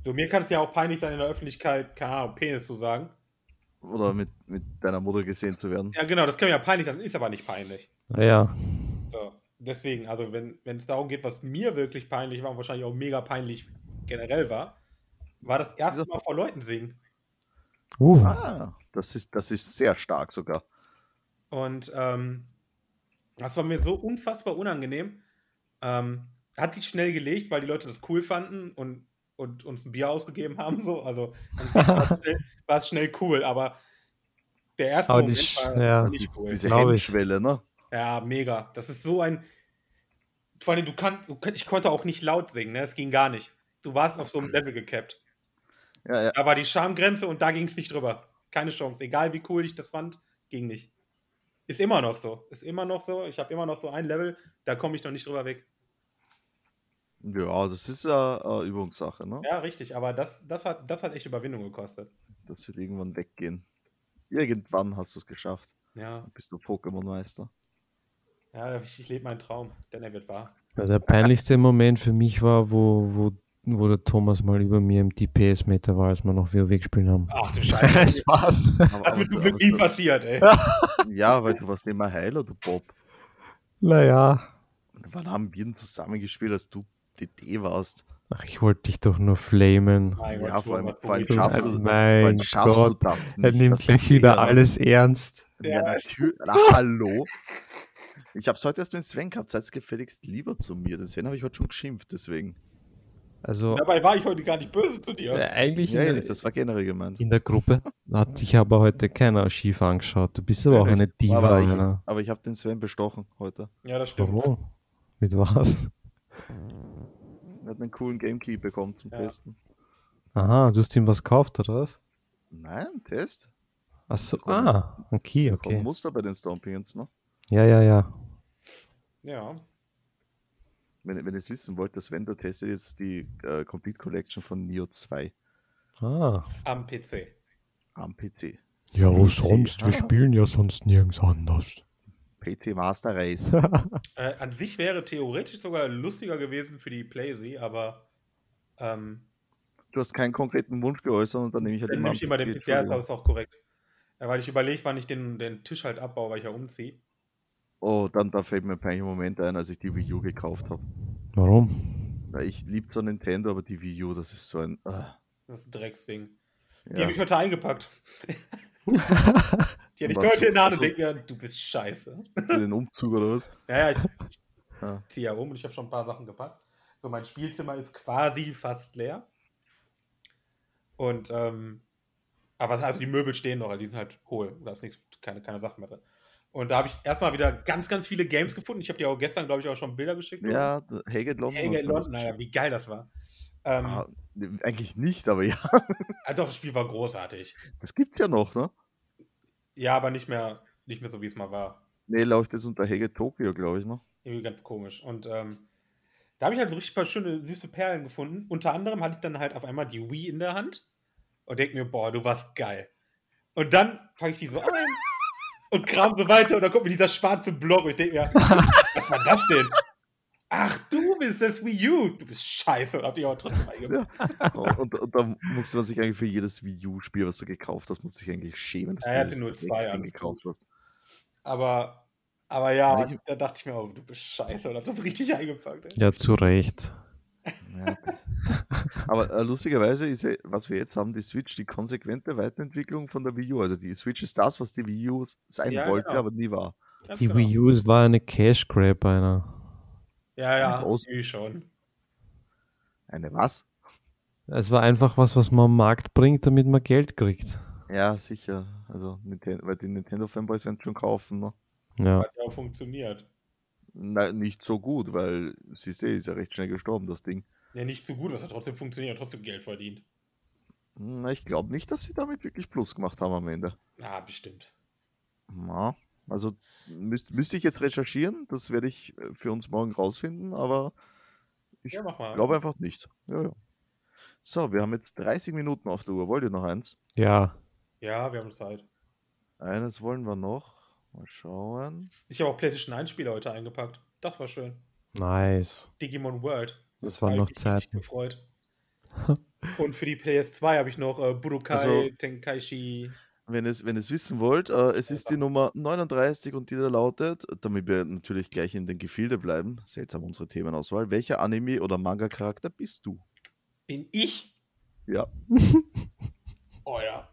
[SPEAKER 3] So, mir kann es ja auch peinlich sein, in der Öffentlichkeit, keine Ahnung, Penis zu sagen.
[SPEAKER 1] Oder mit, mit deiner Mutter gesehen zu werden.
[SPEAKER 3] Ja, genau, das kann mir ja peinlich sein, ist aber nicht peinlich.
[SPEAKER 2] Ja,
[SPEAKER 3] So, deswegen, also, wenn wenn es darum geht, was mir wirklich peinlich war und wahrscheinlich auch mega peinlich generell war, war das erste
[SPEAKER 1] Wieso?
[SPEAKER 3] Mal vor Leuten singen.
[SPEAKER 2] uh,
[SPEAKER 1] Ah, das ist, das ist sehr stark sogar.
[SPEAKER 3] Und ähm, das war mir so unfassbar unangenehm. Ähm, hat sich schnell gelegt, weil die Leute das cool fanden und, und uns ein Bier ausgegeben haben. So. Also an sich war es schnell, war es schnell cool, aber der erste
[SPEAKER 2] Aber die
[SPEAKER 3] Moment
[SPEAKER 2] Sch-
[SPEAKER 3] war
[SPEAKER 2] ja.
[SPEAKER 3] nicht cool.
[SPEAKER 1] Diese
[SPEAKER 2] glaub ich.
[SPEAKER 1] Hemmschwelle, ne?
[SPEAKER 3] Ja, mega. Das ist so ein. Vor allem, du kannst, du, kann- ich konnte auch nicht laut singen, ne? Es ging gar nicht. Du warst auf so einem Level gekappt.
[SPEAKER 1] Ja, ja.
[SPEAKER 3] Da war die Schamgrenze und da ging es nicht drüber. Keine Chance. Egal wie cool ich das fand, ging nicht. Ist immer noch so. Ist immer noch so. Ich habe immer noch so ein Level, da komme ich noch nicht drüber weg.
[SPEAKER 1] Ja, das ist ja äh, Übungssache, ne?
[SPEAKER 3] Ja, richtig. Aber das, das, hat, das hat echt Überwindung gekostet.
[SPEAKER 1] Das wird irgendwann weggehen. Irgendwann hast du es geschafft.
[SPEAKER 3] Ja,
[SPEAKER 1] Dann bist du Pokémon-Meister.
[SPEAKER 3] ja ich, ich lebe meinen Traum, denn er wird wahr.
[SPEAKER 2] Ja, Der peinlichste Moment für mich war, wo, wo, wo der Thomas mal über mir im DPS-Meter war, als wir noch WoW gespielt haben.
[SPEAKER 3] Ach du Scheiße.
[SPEAKER 2] Spaß.
[SPEAKER 1] Aber,
[SPEAKER 3] Das
[SPEAKER 1] aber
[SPEAKER 3] wird
[SPEAKER 1] du-
[SPEAKER 3] zum
[SPEAKER 1] aber
[SPEAKER 3] Glück nie
[SPEAKER 1] du-
[SPEAKER 3] passiert, ey.
[SPEAKER 1] ja, weil du warst immer Heiler, du Bob.
[SPEAKER 2] Naja.
[SPEAKER 1] Wann haben wir denn zusammengespielt, als du DD warst?
[SPEAKER 2] Ach, ich wollte dich doch nur flamen. Also, äh,
[SPEAKER 3] Mein
[SPEAKER 1] Ja,
[SPEAKER 3] Gott,
[SPEAKER 1] vor allem-
[SPEAKER 3] Thomas,
[SPEAKER 1] vor allem
[SPEAKER 3] du bist-
[SPEAKER 1] schaffst du-
[SPEAKER 2] mein
[SPEAKER 1] Wann schaffst
[SPEAKER 2] Gott.
[SPEAKER 1] du das
[SPEAKER 2] Er
[SPEAKER 1] nicht?
[SPEAKER 2] nimmt
[SPEAKER 1] das ist
[SPEAKER 2] gleich wieder
[SPEAKER 1] mega-
[SPEAKER 2] alles ernst.
[SPEAKER 1] Ja,
[SPEAKER 3] Ja.
[SPEAKER 1] natürlich. Na, hallo? Ich hab's heute erst mit Sven gehabt. Seid's gefälligst lieber zu mir. Den Sven habe ich heute schon geschimpft, deswegen.
[SPEAKER 2] Also,
[SPEAKER 3] Dabei war ich heute gar nicht böse zu
[SPEAKER 2] äh,
[SPEAKER 3] dir.
[SPEAKER 2] eigentlich
[SPEAKER 1] Ja,
[SPEAKER 2] in,
[SPEAKER 1] ehrlich,
[SPEAKER 2] der,
[SPEAKER 1] das war generell gemeint.
[SPEAKER 2] in der Gruppe hat dich aber heute keiner schief angeschaut. Du bist aber auch eine Diva.
[SPEAKER 1] aber ich,
[SPEAKER 2] Alter.
[SPEAKER 1] aber ich habe den Sven bestochen heute.
[SPEAKER 3] Ja, das stimmt.
[SPEAKER 2] Warum? Mit was?
[SPEAKER 1] Er hat einen coolen Gamekey bekommen zum
[SPEAKER 3] Ja.
[SPEAKER 1] Testen.
[SPEAKER 2] Aha, du hast ihm was gekauft, oder was?
[SPEAKER 1] Nein, Test.
[SPEAKER 2] Ach so, ah, okay,
[SPEAKER 1] Okay.
[SPEAKER 2] okay.
[SPEAKER 1] Muster bei den Stompings, ne?
[SPEAKER 2] Ja, ja, ja.
[SPEAKER 3] Ja.
[SPEAKER 1] Wenn, wenn ihr es wissen wollt, der Sven, der testet jetzt die äh, Complete Collection von Neo 2
[SPEAKER 2] Ah.
[SPEAKER 3] Am PC.
[SPEAKER 1] am PC.
[SPEAKER 2] Ja, wo
[SPEAKER 1] PC,
[SPEAKER 2] sonst? Wir
[SPEAKER 1] ja.
[SPEAKER 2] spielen ja sonst nirgends anders.
[SPEAKER 1] PC Master Race.
[SPEAKER 3] Äh, an sich wäre theoretisch sogar lustiger gewesen für die Playsee, aber ähm,
[SPEAKER 1] Du hast keinen konkreten Wunsch geäußert und dann nehme ich halt
[SPEAKER 3] dann
[SPEAKER 1] immer,
[SPEAKER 3] nehme
[SPEAKER 1] am
[SPEAKER 3] ich immer den PC, ja,
[SPEAKER 1] Entschuldigung.
[SPEAKER 3] das ist auch korrekt. Ja, weil ich überlege, wann ich den, den Tisch halt abbaue, weil ich ja umziehe.
[SPEAKER 1] Oh, dann da fällt mir ein peinlicher Moment ein, als ich die Wii U gekauft habe.
[SPEAKER 2] Warum?
[SPEAKER 1] Weil ich liebe zwar Nintendo, aber die Wii U, das ist so ein. ah,
[SPEAKER 3] Das ist ein Drecksding. Die
[SPEAKER 1] ja.
[SPEAKER 3] habe ich heute eingepackt. die hatte ich
[SPEAKER 1] Was
[SPEAKER 3] heute
[SPEAKER 1] du-
[SPEAKER 3] in der Hand
[SPEAKER 1] also-
[SPEAKER 3] und denke mir, du bist scheiße.
[SPEAKER 1] Für den Umzug oder was?
[SPEAKER 3] Naja, ich,
[SPEAKER 1] Ja.
[SPEAKER 3] ich ziehe ja um und ich habe schon ein paar Sachen gepackt. So, mein Spielzimmer ist quasi fast leer. Und, ähm, aber also die Möbel stehen noch, die sind halt hohl. Da ist nichts, keine, keine Sachen mehr drin. Und da habe ich erstmal wieder ganz, ganz viele Games gefunden. Ich habe dir auch gestern, glaube ich, auch schon Bilder geschickt.
[SPEAKER 1] Ja, Hagrid London.
[SPEAKER 3] Hey,
[SPEAKER 1] hast du mir das
[SPEAKER 3] London, Alter,
[SPEAKER 1] geschickt.
[SPEAKER 3] wie geil das war. Ähm,
[SPEAKER 1] Ah, ne, eigentlich nicht, aber ja,
[SPEAKER 3] ah, Doch, das Spiel war großartig.
[SPEAKER 1] das gibt's ja noch, ne?
[SPEAKER 3] Ja, aber nicht mehr, nicht mehr so, wie es mal war.
[SPEAKER 1] Ne, läuft jetzt unter Hagrid Tokio, glaube ich, ne?
[SPEAKER 3] Irgendwie ganz komisch. Und ähm, da habe ich halt so richtig paar schöne, süße Perlen gefunden. Unter anderem hatte ich dann halt auf einmal die Wii in der Hand und denke mir, boah, du warst geil. Und dann fange ich die so ein und kram so weiter und dann kommt mir dieser schwarze Block und ich denke mir, was war das denn? Ach, du bist das Wii U. Du bist scheiße. Und hab die aber trotzdem eingebaut.
[SPEAKER 1] Ja. Und, und, und da musste man sich eigentlich für jedes Wii U-Spiel, was du gekauft hast, musst du dich eigentlich schämen, dass
[SPEAKER 3] Ja, er
[SPEAKER 1] du
[SPEAKER 3] hatte
[SPEAKER 1] dieses
[SPEAKER 3] nur zwei,
[SPEAKER 1] Drecksding
[SPEAKER 3] alles
[SPEAKER 1] gekauft hast.
[SPEAKER 3] Aber, Aber ja,
[SPEAKER 1] Welche-
[SPEAKER 3] da dachte ich mir, oh, du bist scheiße und hab das richtig eingepackt. Ey.
[SPEAKER 2] Ja, zu Recht.
[SPEAKER 1] Ja, das- Aber äh, lustigerweise ist ja, was wir jetzt haben, die Switch, die konsequente Weiterentwicklung von der Wii U. Also die Switch ist das, was die Wii U sein
[SPEAKER 3] Ja,
[SPEAKER 1] wollte,
[SPEAKER 3] genau.
[SPEAKER 1] aber nie war.
[SPEAKER 3] Ganz
[SPEAKER 2] Die
[SPEAKER 3] genau.
[SPEAKER 2] Wii U es war eine Cash Grab einer.
[SPEAKER 3] Ja, ja,
[SPEAKER 1] Groß-
[SPEAKER 3] irgendwie schon.
[SPEAKER 1] Eine was?
[SPEAKER 2] Es war einfach was, was man am Markt bringt, damit man Geld kriegt.
[SPEAKER 1] Ja, sicher. Also Nintendo, weil die Nintendo-Fanboys werden schon kaufen. Ne?
[SPEAKER 2] Ja,
[SPEAKER 3] Hat ja auch funktioniert.
[SPEAKER 1] Na, nicht so gut, weil siehst du, ist ja recht schnell gestorben, das Ding.
[SPEAKER 3] Ja, nicht so gut, was hat trotzdem funktioniert, hat trotzdem Geld verdient.
[SPEAKER 1] Na, Hm, ich glaube nicht, dass sie damit wirklich Plus gemacht haben am Ende.
[SPEAKER 3] Ah, bestimmt.
[SPEAKER 1] Na, also müsst, müsste ich jetzt recherchieren, das werde ich äh, für uns morgen rausfinden, aber ich
[SPEAKER 3] Ja, mach mal.
[SPEAKER 1] glaube einfach nicht. Ja, ja. So, wir haben jetzt 30 Minuten auf der Uhr. Wollt ihr noch eins?
[SPEAKER 2] ja.
[SPEAKER 3] Ja, wir haben Zeit.
[SPEAKER 1] Eines wollen wir noch. Mal schauen.
[SPEAKER 3] Ich habe auch PlayStation 1 Spiele heute eingepackt. Das war schön.
[SPEAKER 2] nice.
[SPEAKER 3] Digimon World.
[SPEAKER 2] Das waren
[SPEAKER 3] hab
[SPEAKER 2] noch
[SPEAKER 3] ich mich richtig
[SPEAKER 2] Zeiten.
[SPEAKER 3] gefreut. Und für die PS2 habe ich noch äh, Budokai
[SPEAKER 1] Also-
[SPEAKER 3] Tenkaichi.
[SPEAKER 1] Wenn ihr es wenn es wissen wollt, äh, es ist die Nummer 39 und die da lautet, damit wir natürlich gleich in den Gefilde bleiben, seltsam unsere Themenauswahl, welcher Anime- oder Manga-Charakter bist du?
[SPEAKER 3] Bin ich?
[SPEAKER 1] Ja.
[SPEAKER 3] Oh ja.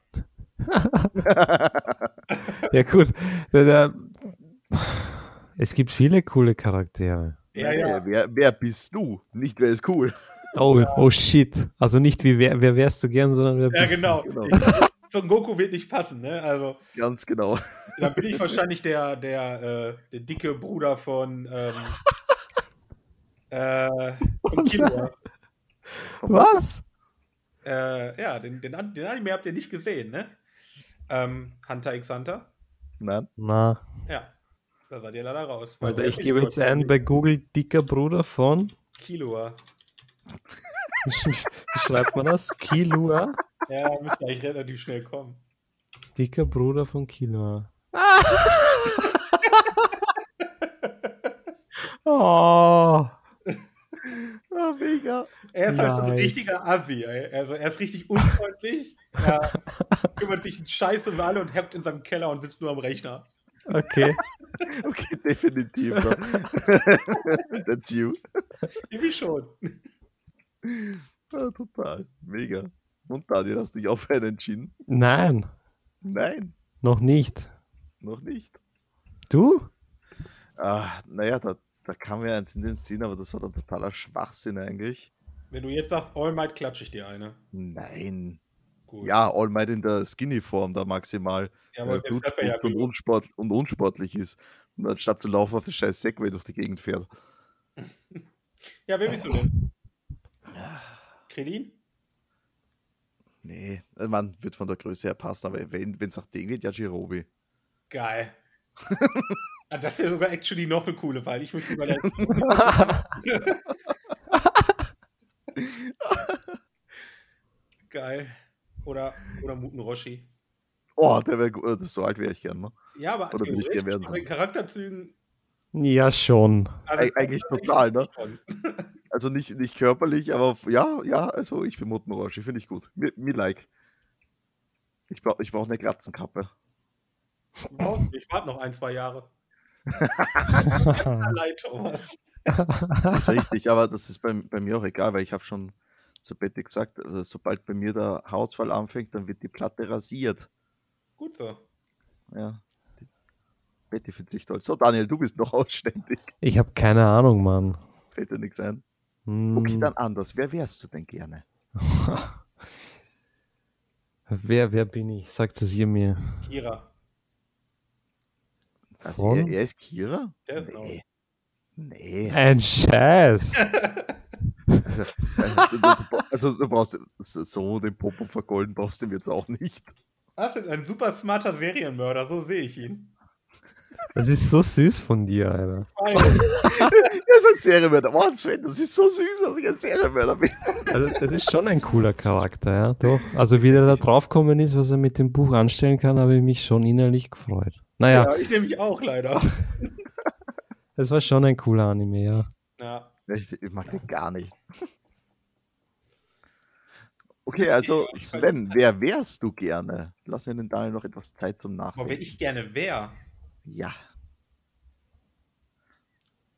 [SPEAKER 2] Ja, gut. Da- da- Es gibt viele coole Charaktere.
[SPEAKER 3] Ja, ja.
[SPEAKER 1] Äh, Wer, wer bist du? Nicht wer ist cool.
[SPEAKER 2] Oh, oh shit. Also nicht wie wer, wer wärst du gern, sondern wer
[SPEAKER 3] Ja,
[SPEAKER 2] bist
[SPEAKER 3] genau.
[SPEAKER 1] genau.
[SPEAKER 3] Son Goku wird nicht passen, ne? Also,
[SPEAKER 1] Ganz genau.
[SPEAKER 3] dann bin ich wahrscheinlich der, der, äh, der dicke Bruder von. Ähm, äh, von Killua.
[SPEAKER 2] du? Was?
[SPEAKER 3] Äh, ja, den, den, An- den Anime habt ihr nicht gesehen, ne? Ähm, Hunter x Hunter.
[SPEAKER 1] Nein.
[SPEAKER 2] Na,
[SPEAKER 3] Ja. Da seid ihr leider raus.
[SPEAKER 2] warte,
[SPEAKER 3] der
[SPEAKER 2] ich gebe jetzt ein bei Google dicker Bruder von.
[SPEAKER 3] Killua.
[SPEAKER 2] Wie schreibt man das? Kilua.
[SPEAKER 3] Ja, da müsste eigentlich relativ schnell kommen.
[SPEAKER 2] Dicker Bruder von Kilua.
[SPEAKER 1] Ah!
[SPEAKER 2] oh.
[SPEAKER 1] Ah, mega.
[SPEAKER 3] Er ist halt so ein
[SPEAKER 2] Nice.
[SPEAKER 3] richtiger Assi, ey. Also er ist richtig unfreundlich, er kümmert sich einen Scheiß um alle und hackt in seinem Keller und sitzt nur am Rechner.
[SPEAKER 2] Okay.
[SPEAKER 1] Okay, definitiv. Ne? That's you.
[SPEAKER 3] Irgendwie schon.
[SPEAKER 1] Ja, total. Mega. Und Daniel, hast du dich auch für einen entschieden?
[SPEAKER 2] Nein,
[SPEAKER 1] Nein,
[SPEAKER 2] noch nicht.
[SPEAKER 1] noch nicht.
[SPEAKER 2] Du?
[SPEAKER 1] Ah, naja, da, da kam mir eins in den Sinn, aber das war dann totaler Schwachsinn eigentlich.
[SPEAKER 3] Wenn du jetzt sagst, All Might, klatsche ich dir eine.
[SPEAKER 1] Nein.
[SPEAKER 3] Gut.
[SPEAKER 1] Ja, All Might in der Skinny-Form da maximal.
[SPEAKER 3] ja aber
[SPEAKER 1] äh,
[SPEAKER 3] selbst das wär
[SPEAKER 1] blutspuckt und, unsport und
[SPEAKER 3] ja gut.
[SPEAKER 1] unsportlich ist. Und anstatt zu laufen auf der scheiß Segway durch die Gegend fährt.
[SPEAKER 3] Ja, wer bist du denn?
[SPEAKER 1] Ah.
[SPEAKER 3] Krillin?
[SPEAKER 1] Nee, äh, man wird von der Größe her passen, aber wenn es nach dem geht, ja, Jirobi.
[SPEAKER 3] Geil. Ah, das wäre sogar actually noch eine coole Wahl. Ich möchte überlegen. Geil. Oder, oder Muten Roshi.
[SPEAKER 1] Oh, der wäre gut. Das so alt wäre ich gern, ne?
[SPEAKER 3] Ja, aber
[SPEAKER 1] Oder will ich
[SPEAKER 3] theoretisch
[SPEAKER 1] gern werden,
[SPEAKER 3] von den
[SPEAKER 1] sonst.
[SPEAKER 3] Charakterzügen.
[SPEAKER 2] Ja, schon.
[SPEAKER 3] also-
[SPEAKER 1] Eig- eigentlich total, ne?
[SPEAKER 3] schon.
[SPEAKER 1] Also nicht, nicht körperlich, aber f- ja, ja, also ich bin Muttenroshi, finde ich gut. Mir, mir like. Ich brauche ich brauch eine Glatzenkappe.
[SPEAKER 3] Überhaupt nicht. Ich warte noch ein, zwei Jahre. Leid, Thomas.
[SPEAKER 1] Das ist richtig, aber das ist bei, bei mir auch egal, weil ich habe schon zu Betty gesagt, also sobald bei mir der Haarausfall anfängt, dann wird die Platte rasiert.
[SPEAKER 3] Gut so.
[SPEAKER 1] Ja. Die- Betty findet sich toll. So, Daniel, du bist noch ausständig.
[SPEAKER 2] Ich habe keine Ahnung, Mann.
[SPEAKER 1] Fällt dir nichts ein.
[SPEAKER 2] Hm.
[SPEAKER 1] Guck dich dann anders. Wer wärst du denn gerne?
[SPEAKER 2] Wer, wer bin ich? Sagt es ihr mir.
[SPEAKER 3] Kira.
[SPEAKER 1] Also
[SPEAKER 2] Von?
[SPEAKER 1] er, er ist Kira?
[SPEAKER 3] Der ist
[SPEAKER 1] Nee. Nee.
[SPEAKER 2] Ein Scheiß.
[SPEAKER 1] Also, also, du, du, bra- also du brauchst so den Popo vergolden, brauchst du ihn jetzt auch nicht.
[SPEAKER 3] Das ist ein super smarter Serienmörder, so sehe ich ihn.
[SPEAKER 2] Das ist so süß von dir, Alter.
[SPEAKER 3] Geil.
[SPEAKER 1] Er ist ein Serienmörder. Mann, Sven, das ist so süß, dass ich ein Serienmörder bin.
[SPEAKER 2] Also, das ist schon ein cooler Charakter, ja, doch. Also, wie der da draufgekommen ist, was er mit dem Buch anstellen kann, habe ich mich schon innerlich gefreut. Naja,
[SPEAKER 3] Ja, ich nehme mich auch leider.
[SPEAKER 2] das war schon ein cooler Anime, ja.
[SPEAKER 3] Ja.
[SPEAKER 1] Ja, Ich, ich mag den gar nicht. Okay, also Sven, wer wärst du gerne? Lass mir den Daniel noch etwas Zeit zum
[SPEAKER 3] Aber wer
[SPEAKER 1] Nachdenken.
[SPEAKER 3] ich gerne wäre,
[SPEAKER 1] Ja,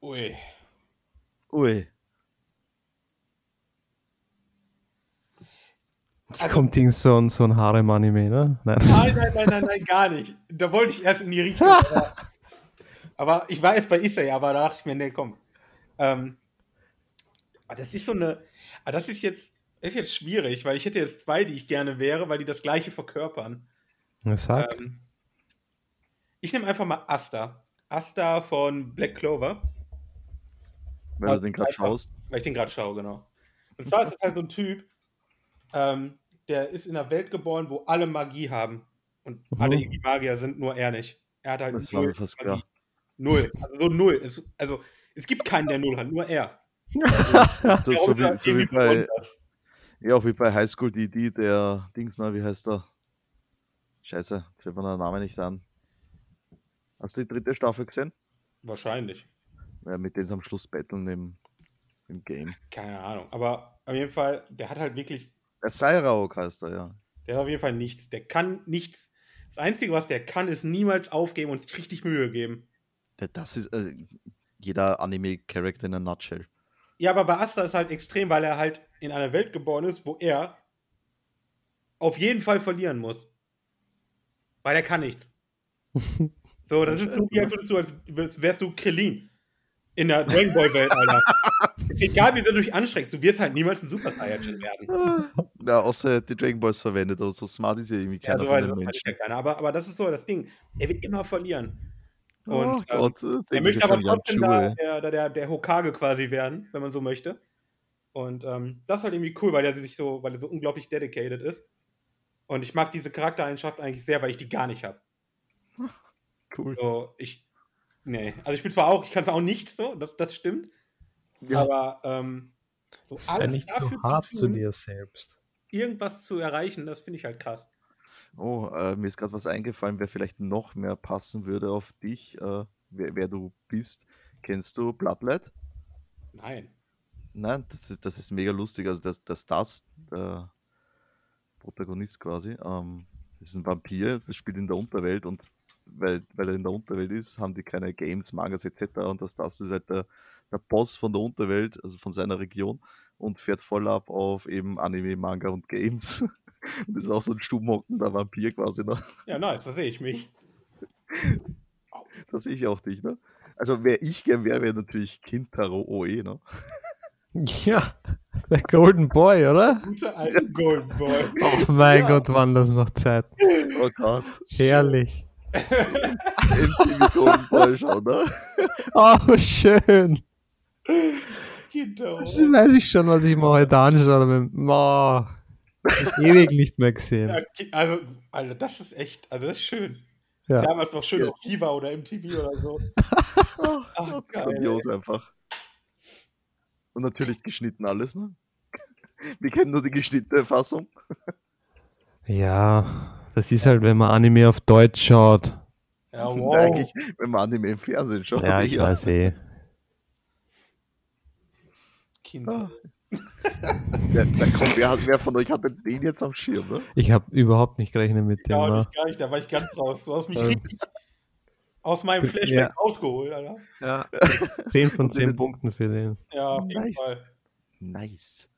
[SPEAKER 3] Ui.
[SPEAKER 1] Ui.
[SPEAKER 2] Jetzt
[SPEAKER 3] Also
[SPEAKER 2] kommt Ding so ein, so ein Harem-Anime, ne? Nein.
[SPEAKER 3] Nein, nein, nein, nein, nein, gar nicht. Da wollte ich erst in die Richtung. aber- aber ich war erst bei Issei, aber da dachte ich mir, nee, komm. Ähm, aber das ist so eine. Aber das ist jetzt, ist jetzt schwierig, weil ich hätte jetzt zwei, die ich gerne wäre, weil die das gleiche verkörpern.
[SPEAKER 2] Na, Sag.
[SPEAKER 3] Ähm, ich nehme einfach mal Asta. Asta von Black Clover.
[SPEAKER 1] Weil
[SPEAKER 3] Ja,
[SPEAKER 1] du den gerade
[SPEAKER 3] einfach.
[SPEAKER 1] schaust.
[SPEAKER 3] Weil ich den gerade schaue, genau. Und zwar ist es halt so ein Typ, ähm, der ist in einer Welt geboren, wo alle Magie haben. Und
[SPEAKER 2] Mhm.
[SPEAKER 3] alle irgendwie Magier sind, nur er nicht. Er hat halt
[SPEAKER 1] Das war mir fast klar.
[SPEAKER 3] Null. Also so null. Es, also es gibt keinen, der null hat, nur er.
[SPEAKER 1] So,
[SPEAKER 3] Der
[SPEAKER 1] so,
[SPEAKER 3] Unser
[SPEAKER 1] wie, so wie
[SPEAKER 3] irgendwie
[SPEAKER 1] bei,
[SPEAKER 3] besonders.
[SPEAKER 1] ja, auch wie bei Highschool DD, der Dings, ne, wie heißt der? Scheiße, jetzt fällt mir der Name nicht an. Hast du die dritte Staffel gesehen?
[SPEAKER 3] Wahrscheinlich.
[SPEAKER 1] Ja, mit denen sie am Schluss battlen im, im Game.
[SPEAKER 3] Keine Ahnung. Aber auf jeden Fall, der hat halt wirklich,
[SPEAKER 1] Der Sairaok heißt er, ja.
[SPEAKER 3] der hat auf jeden Fall nichts. Der kann nichts. Das Einzige, was der kann, ist niemals aufgeben und sich richtig Mühe geben.
[SPEAKER 1] Der, das ist äh, jeder Anime-Charakter in a nutshell.
[SPEAKER 3] Ja, aber bei Asta ist halt extrem, weil er halt in einer Welt geboren ist, wo er auf jeden Fall verlieren muss. Weil er kann nichts. So, das ist so wie als würdest du, als würdest- wärst du Killin in der Dragon Ball Welt, Alter. ist egal, wie du dich anstrengst, du wirst halt niemals ein Super Saiyajin werden.
[SPEAKER 1] Ja, außer die Dragon Balls verwendet, aber so smart ist ja irgendwie
[SPEAKER 3] Ja,
[SPEAKER 1] keiner
[SPEAKER 3] so
[SPEAKER 1] von
[SPEAKER 3] weiß
[SPEAKER 1] den
[SPEAKER 3] das halt
[SPEAKER 1] Menschen.
[SPEAKER 3] ja keiner. Aber, aber das ist so das Ding. Er wird immer verlieren. Und
[SPEAKER 1] oh Gott, äh,
[SPEAKER 3] ähm, er
[SPEAKER 1] denk ich
[SPEAKER 3] möchte
[SPEAKER 1] jetzt
[SPEAKER 3] aber
[SPEAKER 1] an Jan
[SPEAKER 3] trotzdem da,
[SPEAKER 1] Chue.
[SPEAKER 3] der, der, der Hokage quasi werden, wenn man so möchte. Und ähm, das ist halt irgendwie cool, weil er sich so, weil er so unglaublich dedicated ist. Und ich mag diese Charaktereigenschaft eigentlich sehr, weil ich die gar nicht habe.
[SPEAKER 1] Cool.
[SPEAKER 3] So, ich. Nee. Also ich bin zwar auch, ich kann zwar auch nichts so, das, das stimmt.
[SPEAKER 1] Ja.
[SPEAKER 3] Aber ähm, so
[SPEAKER 6] Sei
[SPEAKER 3] alles
[SPEAKER 6] nicht
[SPEAKER 3] dafür
[SPEAKER 6] zu hart
[SPEAKER 3] zu
[SPEAKER 6] zu
[SPEAKER 3] tun,
[SPEAKER 6] dir selbst.
[SPEAKER 3] irgendwas zu erreichen, das finde ich halt krass.
[SPEAKER 1] Oh, äh, mir ist gerade was eingefallen, wer vielleicht noch mehr passen würde auf dich, äh, wer, wer du bist. Kennst du Bloodlet?
[SPEAKER 3] Nein.
[SPEAKER 1] Nein, das ist, das ist mega lustig. Also, dass das, das äh, Protagonist quasi ähm, ist ein Vampir, das spielt in der Unterwelt und weil, weil er in der Unterwelt ist, haben die keine Games, Mangas etc. Und das, das ist halt der, der Boss von der Unterwelt, also von seiner Region und fährt voll ab auf eben Anime, Manga und Games. und ist auch so ein stummhockender Vampir quasi. Ne?
[SPEAKER 3] Ja, nice, da sehe ich mich.
[SPEAKER 1] Das sehe ich auch dich, ne? Also, wer ich gern wäre, wäre natürlich Kintaro Oe, ne?
[SPEAKER 2] Ja, der Golden Boy, oder?
[SPEAKER 3] Gute alte Golden Boy.
[SPEAKER 2] Oh mein Gott, waren das noch Zeit.
[SPEAKER 1] Oh Gott.
[SPEAKER 2] Herrlich.
[SPEAKER 1] MTV Golden Boy schauen, ne?
[SPEAKER 2] Oh, schön.
[SPEAKER 3] Kinder.
[SPEAKER 2] Das weiß ich schon, was ich mir heute anschaue. Mit, oh, hab ich ewig nicht mehr gesehen.
[SPEAKER 3] Ja, ki- Also, Alter, das ist echt, also das ist schön.
[SPEAKER 2] Ja.
[SPEAKER 3] Damals noch schön auf Viva oder MTV oder so. Ach, geil.
[SPEAKER 1] Oh, Grandios einfach. Und natürlich geschnitten alles, ne? Wir kennen nur die geschnittene Fassung.
[SPEAKER 2] Ja, das ist halt, wenn man Anime auf Deutsch schaut.
[SPEAKER 3] Ja,
[SPEAKER 1] Oh,
[SPEAKER 3] wow.
[SPEAKER 1] Eigentlich, wenn man Anime im Fernsehen schaut.
[SPEAKER 2] Ja, ich weiß eh.
[SPEAKER 1] Ah.
[SPEAKER 3] Kinder.
[SPEAKER 1] Ja, da kommt, wer, hat- wer von euch hat denn den jetzt am Schirm, ne?
[SPEAKER 2] Ich habe überhaupt nicht gerechnet mit dem.
[SPEAKER 3] Ja,
[SPEAKER 2] ne?
[SPEAKER 3] nicht, gar nicht, da war ich ganz raus. Du hast mich
[SPEAKER 2] Ähm.
[SPEAKER 3] richtig aus meinem Flashback
[SPEAKER 2] Ja.
[SPEAKER 3] rausgeholt, Alter.
[SPEAKER 2] Ja. 10 von
[SPEAKER 1] Und die
[SPEAKER 2] 10
[SPEAKER 1] mit-
[SPEAKER 2] Punkten für den.
[SPEAKER 3] Ja, auf jeden
[SPEAKER 1] Nice.
[SPEAKER 3] Fall.
[SPEAKER 1] Nice.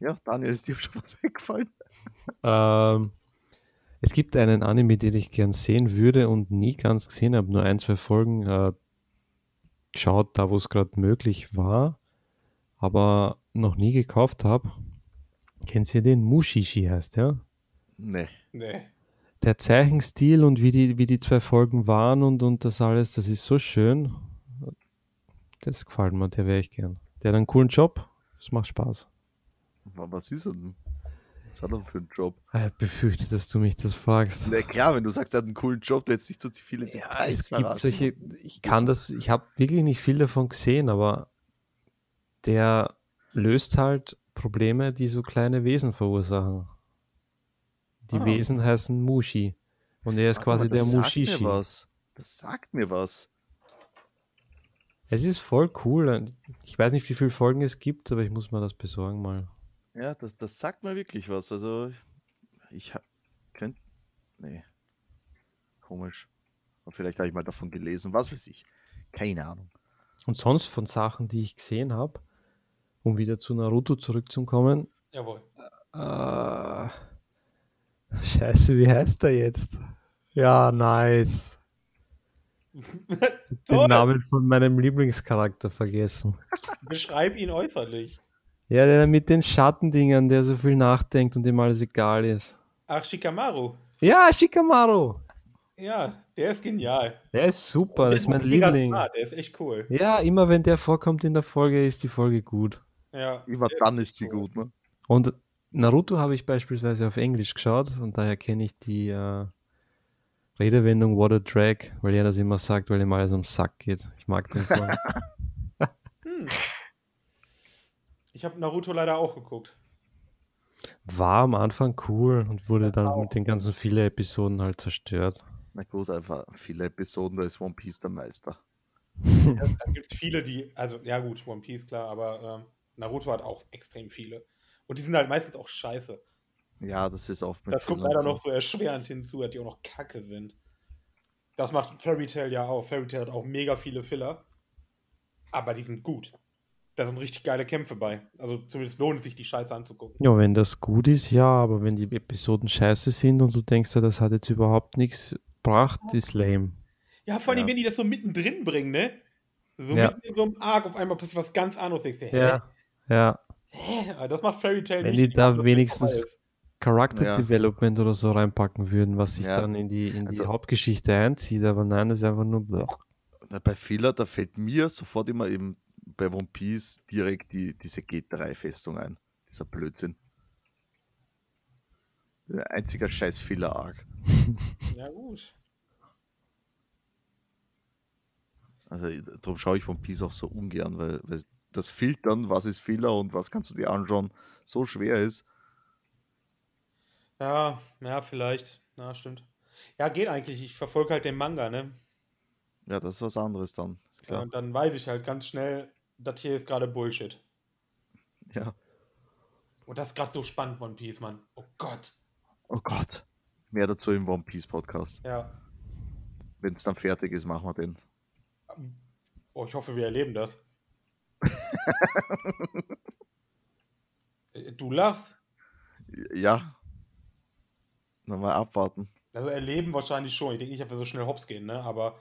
[SPEAKER 1] Ja, Daniel, ist dir schon was eingefallen?
[SPEAKER 2] Ähm, es gibt einen Anime, den ich gern sehen würde und nie ganz gesehen habe, nur ein, zwei Folgen äh, geschaut, da wo es gerade möglich war, aber noch nie gekauft habe. Kennt ihr den? Mushishi heißt der.
[SPEAKER 1] Nee.
[SPEAKER 3] Nee.
[SPEAKER 2] Der Zeichenstil und wie die, wie die zwei Folgen waren und, und das alles, das ist so schön. Das gefällt mir, der wäre ich gern. Der hat einen coolen Job, das macht Spaß.
[SPEAKER 1] Wa- Was ist er denn? Was hat er denn für einen Job?
[SPEAKER 2] Ah, Ich befürchte, dass du mich das fragst.
[SPEAKER 1] Na klar, wenn du sagst, er hat einen coolen Job, lässt sich zu viele Details
[SPEAKER 2] Ja, es gibt
[SPEAKER 1] verraten.
[SPEAKER 2] solche, ich kann das, ich habe wirklich nicht viel davon gesehen, aber der löst halt Probleme, die so kleine Wesen verursachen. Die
[SPEAKER 1] Ah.
[SPEAKER 2] Wesen heißen Mushi. Und er ist
[SPEAKER 1] Warte
[SPEAKER 2] quasi
[SPEAKER 1] mal,
[SPEAKER 2] der
[SPEAKER 1] das Sagt
[SPEAKER 2] Mushishi.
[SPEAKER 1] mir was. Das sagt mir was.
[SPEAKER 2] Es ist voll cool. Ich weiß nicht, wie viele Folgen es gibt, aber ich muss mir das besorgen mal.
[SPEAKER 1] Ja, das, das sagt mir wirklich was. Also, ich hab, könnt. Nee. Komisch. Und vielleicht habe ich mal davon gelesen. Was weiß ich. Keine Ahnung.
[SPEAKER 2] Und sonst von Sachen, die ich gesehen habe, um wieder zu Naruto zurückzukommen,
[SPEAKER 3] Jawohl.
[SPEAKER 2] äh, Scheiße, wie heißt der jetzt? Ja, nice. Den
[SPEAKER 3] Toll.
[SPEAKER 2] Namen von meinem Lieblingscharakter vergessen.
[SPEAKER 3] Beschreib ihn äußerlich.
[SPEAKER 2] Ja, der mit den Schattendingern, der so viel nachdenkt und dem alles egal ist.
[SPEAKER 3] Ach, Shikamaru.
[SPEAKER 2] Ja, Shikamaru.
[SPEAKER 3] Ja, der ist genial.
[SPEAKER 2] Der ist super, das ist mein
[SPEAKER 3] mega
[SPEAKER 2] Liebling.
[SPEAKER 3] smart, Der ist echt cool.
[SPEAKER 2] Ja, immer wenn der vorkommt in der Folge, ist die Folge gut.
[SPEAKER 3] Ja.
[SPEAKER 1] Immer
[SPEAKER 3] der
[SPEAKER 1] dann
[SPEAKER 3] echt
[SPEAKER 1] ist sie
[SPEAKER 3] cool.
[SPEAKER 1] gut, ne?
[SPEAKER 2] Und Naruto habe ich beispielsweise auf Englisch geschaut und daher kenne ich die äh, Redewendung What a Drag, weil er das immer sagt, weil ihm alles am Sack geht. Ich mag den Film.
[SPEAKER 3] Hm. Ich habe Naruto leider auch geguckt.
[SPEAKER 2] War am Anfang cool und wurde dann
[SPEAKER 3] auch.
[SPEAKER 2] mit den ganzen vielen Episoden halt zerstört.
[SPEAKER 1] Na gut, einfach viele Episoden, da ist One Piece der Meister.
[SPEAKER 3] Da gibt es viele, die, also ja gut, One Piece klar, aber ähm, Naruto hat auch extrem viele. Und die sind halt meistens auch scheiße.
[SPEAKER 1] Ja, das ist oft mit
[SPEAKER 3] Das kommt
[SPEAKER 1] Fillern
[SPEAKER 3] leider
[SPEAKER 1] so.
[SPEAKER 3] noch so erschwerend hinzu, dass die auch noch kacke sind. Das macht Fairy Tail ja auch. Fairy Tail hat auch mega viele Filler. Aber die sind gut. Da sind richtig geile Kämpfe bei. Also zumindest lohnt es sich, die Scheiße anzugucken.
[SPEAKER 2] Ja, wenn das gut ist, ja, aber wenn die Episoden scheiße sind und du denkst, ja, das hat jetzt überhaupt nichts gebracht, ist lame.
[SPEAKER 3] Ja, vor allem,
[SPEAKER 1] Ja.
[SPEAKER 3] wenn die das so mittendrin bringen, ne? So
[SPEAKER 2] Ja.
[SPEAKER 3] mitten in so einem Arc auf einmal passiert was ganz anderes. Denkst du, hä?
[SPEAKER 2] Ja,
[SPEAKER 3] Hä? Das macht Fairy Tail
[SPEAKER 2] Wenn die
[SPEAKER 3] nicht.
[SPEAKER 2] da
[SPEAKER 3] macht das,
[SPEAKER 2] wenigstens-
[SPEAKER 3] was vorbei ist.
[SPEAKER 2] Character
[SPEAKER 1] Ja.
[SPEAKER 2] Development oder so reinpacken würden, was sich
[SPEAKER 1] Ja.
[SPEAKER 2] dann in die, in die
[SPEAKER 1] Also-
[SPEAKER 2] Hauptgeschichte einzieht, aber nein, das ist einfach nur. blech.
[SPEAKER 1] Na, bei Filler, da fällt mir sofort immer eben bei One Piece direkt die, diese G3-Festung ein. Dieser Blödsinn. Der einziger scheiß Filler-Arc.
[SPEAKER 3] Ja, gut.
[SPEAKER 1] Also darum schaue ich One Piece auch so ungern, weil, weil das Filtern, was ist Filler und was kannst du dir anschauen, so schwer ist.
[SPEAKER 3] Ja, ja, vielleicht. Na, stimmt. Ja, geht eigentlich. Ich verfolge halt den Manga, ne?
[SPEAKER 1] Ja, das ist was anderes dann. Ist
[SPEAKER 3] Ja.
[SPEAKER 1] Klar.
[SPEAKER 3] Und dann weiß ich halt ganz schnell, das hier ist gerade Bullshit.
[SPEAKER 1] Ja.
[SPEAKER 3] Und das ist gerade so spannend, One Piece, Mann. Oh Gott.
[SPEAKER 1] Oh Gott. Mehr dazu im One Piece Podcast.
[SPEAKER 3] Ja.
[SPEAKER 1] Wenn es dann fertig ist, machen wir den.
[SPEAKER 3] Oh, ich hoffe, wir erleben das. Äh, du lachst.
[SPEAKER 1] Ja. Dann mal abwarten.
[SPEAKER 3] Also erleben wahrscheinlich schon. Ich denke nicht, dass wir so schnell hops gehen, ne? Aber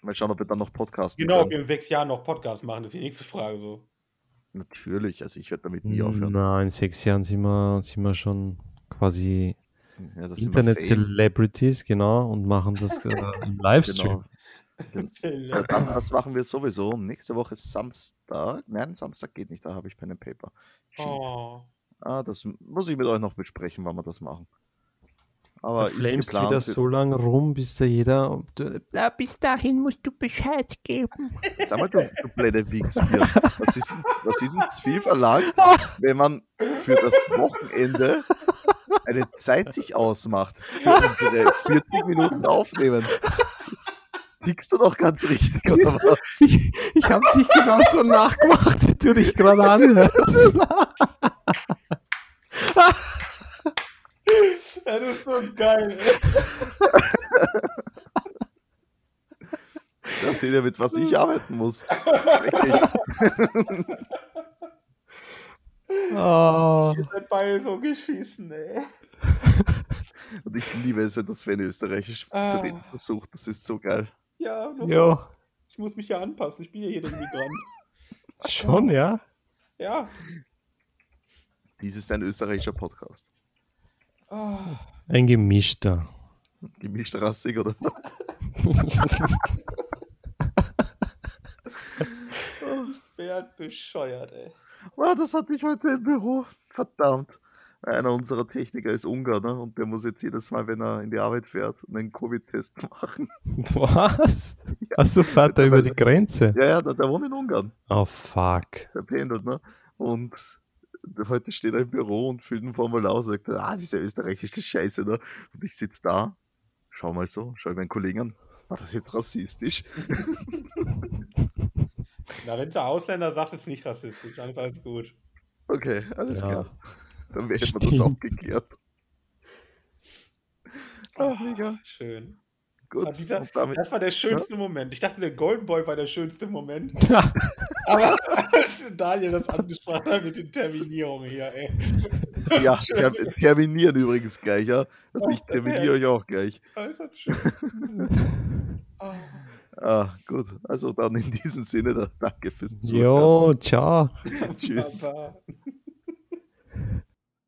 [SPEAKER 1] Mal schauen, ob wir dann noch Podcast
[SPEAKER 3] genau, ob wir in sechs Jahren noch Podcast machen, ist die nächste Frage so.
[SPEAKER 1] Natürlich, also ich werde damit
[SPEAKER 2] Mm.
[SPEAKER 1] nie aufhören.
[SPEAKER 2] Nein, in sechs Jahren sind wir, sind wir schon quasi
[SPEAKER 1] Ja, das sind wir Fame.
[SPEAKER 2] Internet-Celebrities, genau, und machen das äh, im Livestream.
[SPEAKER 1] Genau. Ja, Das, das machen wir sowieso. Nächste Woche ist Samstag. Nein, Samstag geht nicht, da habe ich Pen and Paper. Cheat.
[SPEAKER 3] Oh.
[SPEAKER 1] Ah, das muss ich mit euch noch besprechen, wann wir das machen.
[SPEAKER 2] Du
[SPEAKER 1] Aber ist
[SPEAKER 2] flamest wieder
[SPEAKER 1] geplant. äh,
[SPEAKER 2] so lang rum, bis da jeder.
[SPEAKER 7] Na, bis dahin musst du Bescheid geben.
[SPEAKER 1] Sag mal, du, du blöde Wichsbier. Was ist, denn- was ist denn zu viel verlangt,
[SPEAKER 2] Ah.
[SPEAKER 1] wenn man für das Wochenende eine Zeit sich ausmacht für unsere 40 Minuten aufnehmen? Tickst du doch ganz richtig, oder
[SPEAKER 2] Siehst du?
[SPEAKER 1] was?
[SPEAKER 2] Ich, ich habe dich genauso nachgemacht, wie du dich gerade anhörst.
[SPEAKER 3] Das ist so geil.
[SPEAKER 1] Da seht ihr, mit was ich arbeiten muss. Wirklich.
[SPEAKER 2] Oh.
[SPEAKER 3] Ihr seid beide Halt so geschießen, ey.
[SPEAKER 1] Und ich liebe es, wenn das Sven österreichisch
[SPEAKER 3] Ah.
[SPEAKER 1] zu reden versucht. Das ist so geil.
[SPEAKER 3] Ja, nur-
[SPEAKER 2] Jo,
[SPEAKER 3] ich muss mich ja anpassen. Ich bin ja hier der Migrant.
[SPEAKER 2] schon, ja.
[SPEAKER 3] Ja.
[SPEAKER 1] Dies ist ein österreichischer Podcast.
[SPEAKER 3] Ah.
[SPEAKER 2] Ein gemischter.
[SPEAKER 1] Gemischt rassig, oder?
[SPEAKER 3] Werd bescheuert, ey.
[SPEAKER 1] Wow, Ah, das hatte ich heute im Büro. Verdammt. Einer unserer Techniker ist Ungarner und der muss jetzt jedes Mal, wenn er in die Arbeit fährt, einen Covid-Test machen.
[SPEAKER 2] Was? Achso, fährt er über die Grenze?
[SPEAKER 1] Ja, ja, der, der wohnt in Ungarn.
[SPEAKER 2] Oh, fuck.
[SPEAKER 1] Der pendelt, ne? Und heute steht er im Büro und füllt ein Formular aus und sagt, ah, diese österreichische Scheiße, ne? Und ich sitze da, schau mal so, schau meinen Kollegen an. War das jetzt rassistisch?
[SPEAKER 3] Na, wenn der Ausländer sagt, ist nicht rassistisch, dann ist alles gut.
[SPEAKER 1] Okay, alles
[SPEAKER 2] Ja.
[SPEAKER 1] klar. Dann wäre man das
[SPEAKER 2] Stimmt.
[SPEAKER 1] aufgeklärt. Ach, mega.
[SPEAKER 3] Schön.
[SPEAKER 1] Gut.
[SPEAKER 3] Und dieser-
[SPEAKER 1] und damit,
[SPEAKER 3] Das war der schönste Moment. Ich dachte, der Golden Boy war der schönste Moment. Aber als Daniel das angesprochen hat mit den Terminierungen hier, ey.
[SPEAKER 1] ja, ter terminieren übrigens gleich, ja. Ich terminiere euch auch gleich.
[SPEAKER 3] Das hat schön. Ah.
[SPEAKER 1] Ah, gut. Also dann in diesem Sinne, dann danke fürs Zuhören.
[SPEAKER 2] Jo, ciao.
[SPEAKER 1] Tschüss.
[SPEAKER 3] Aber-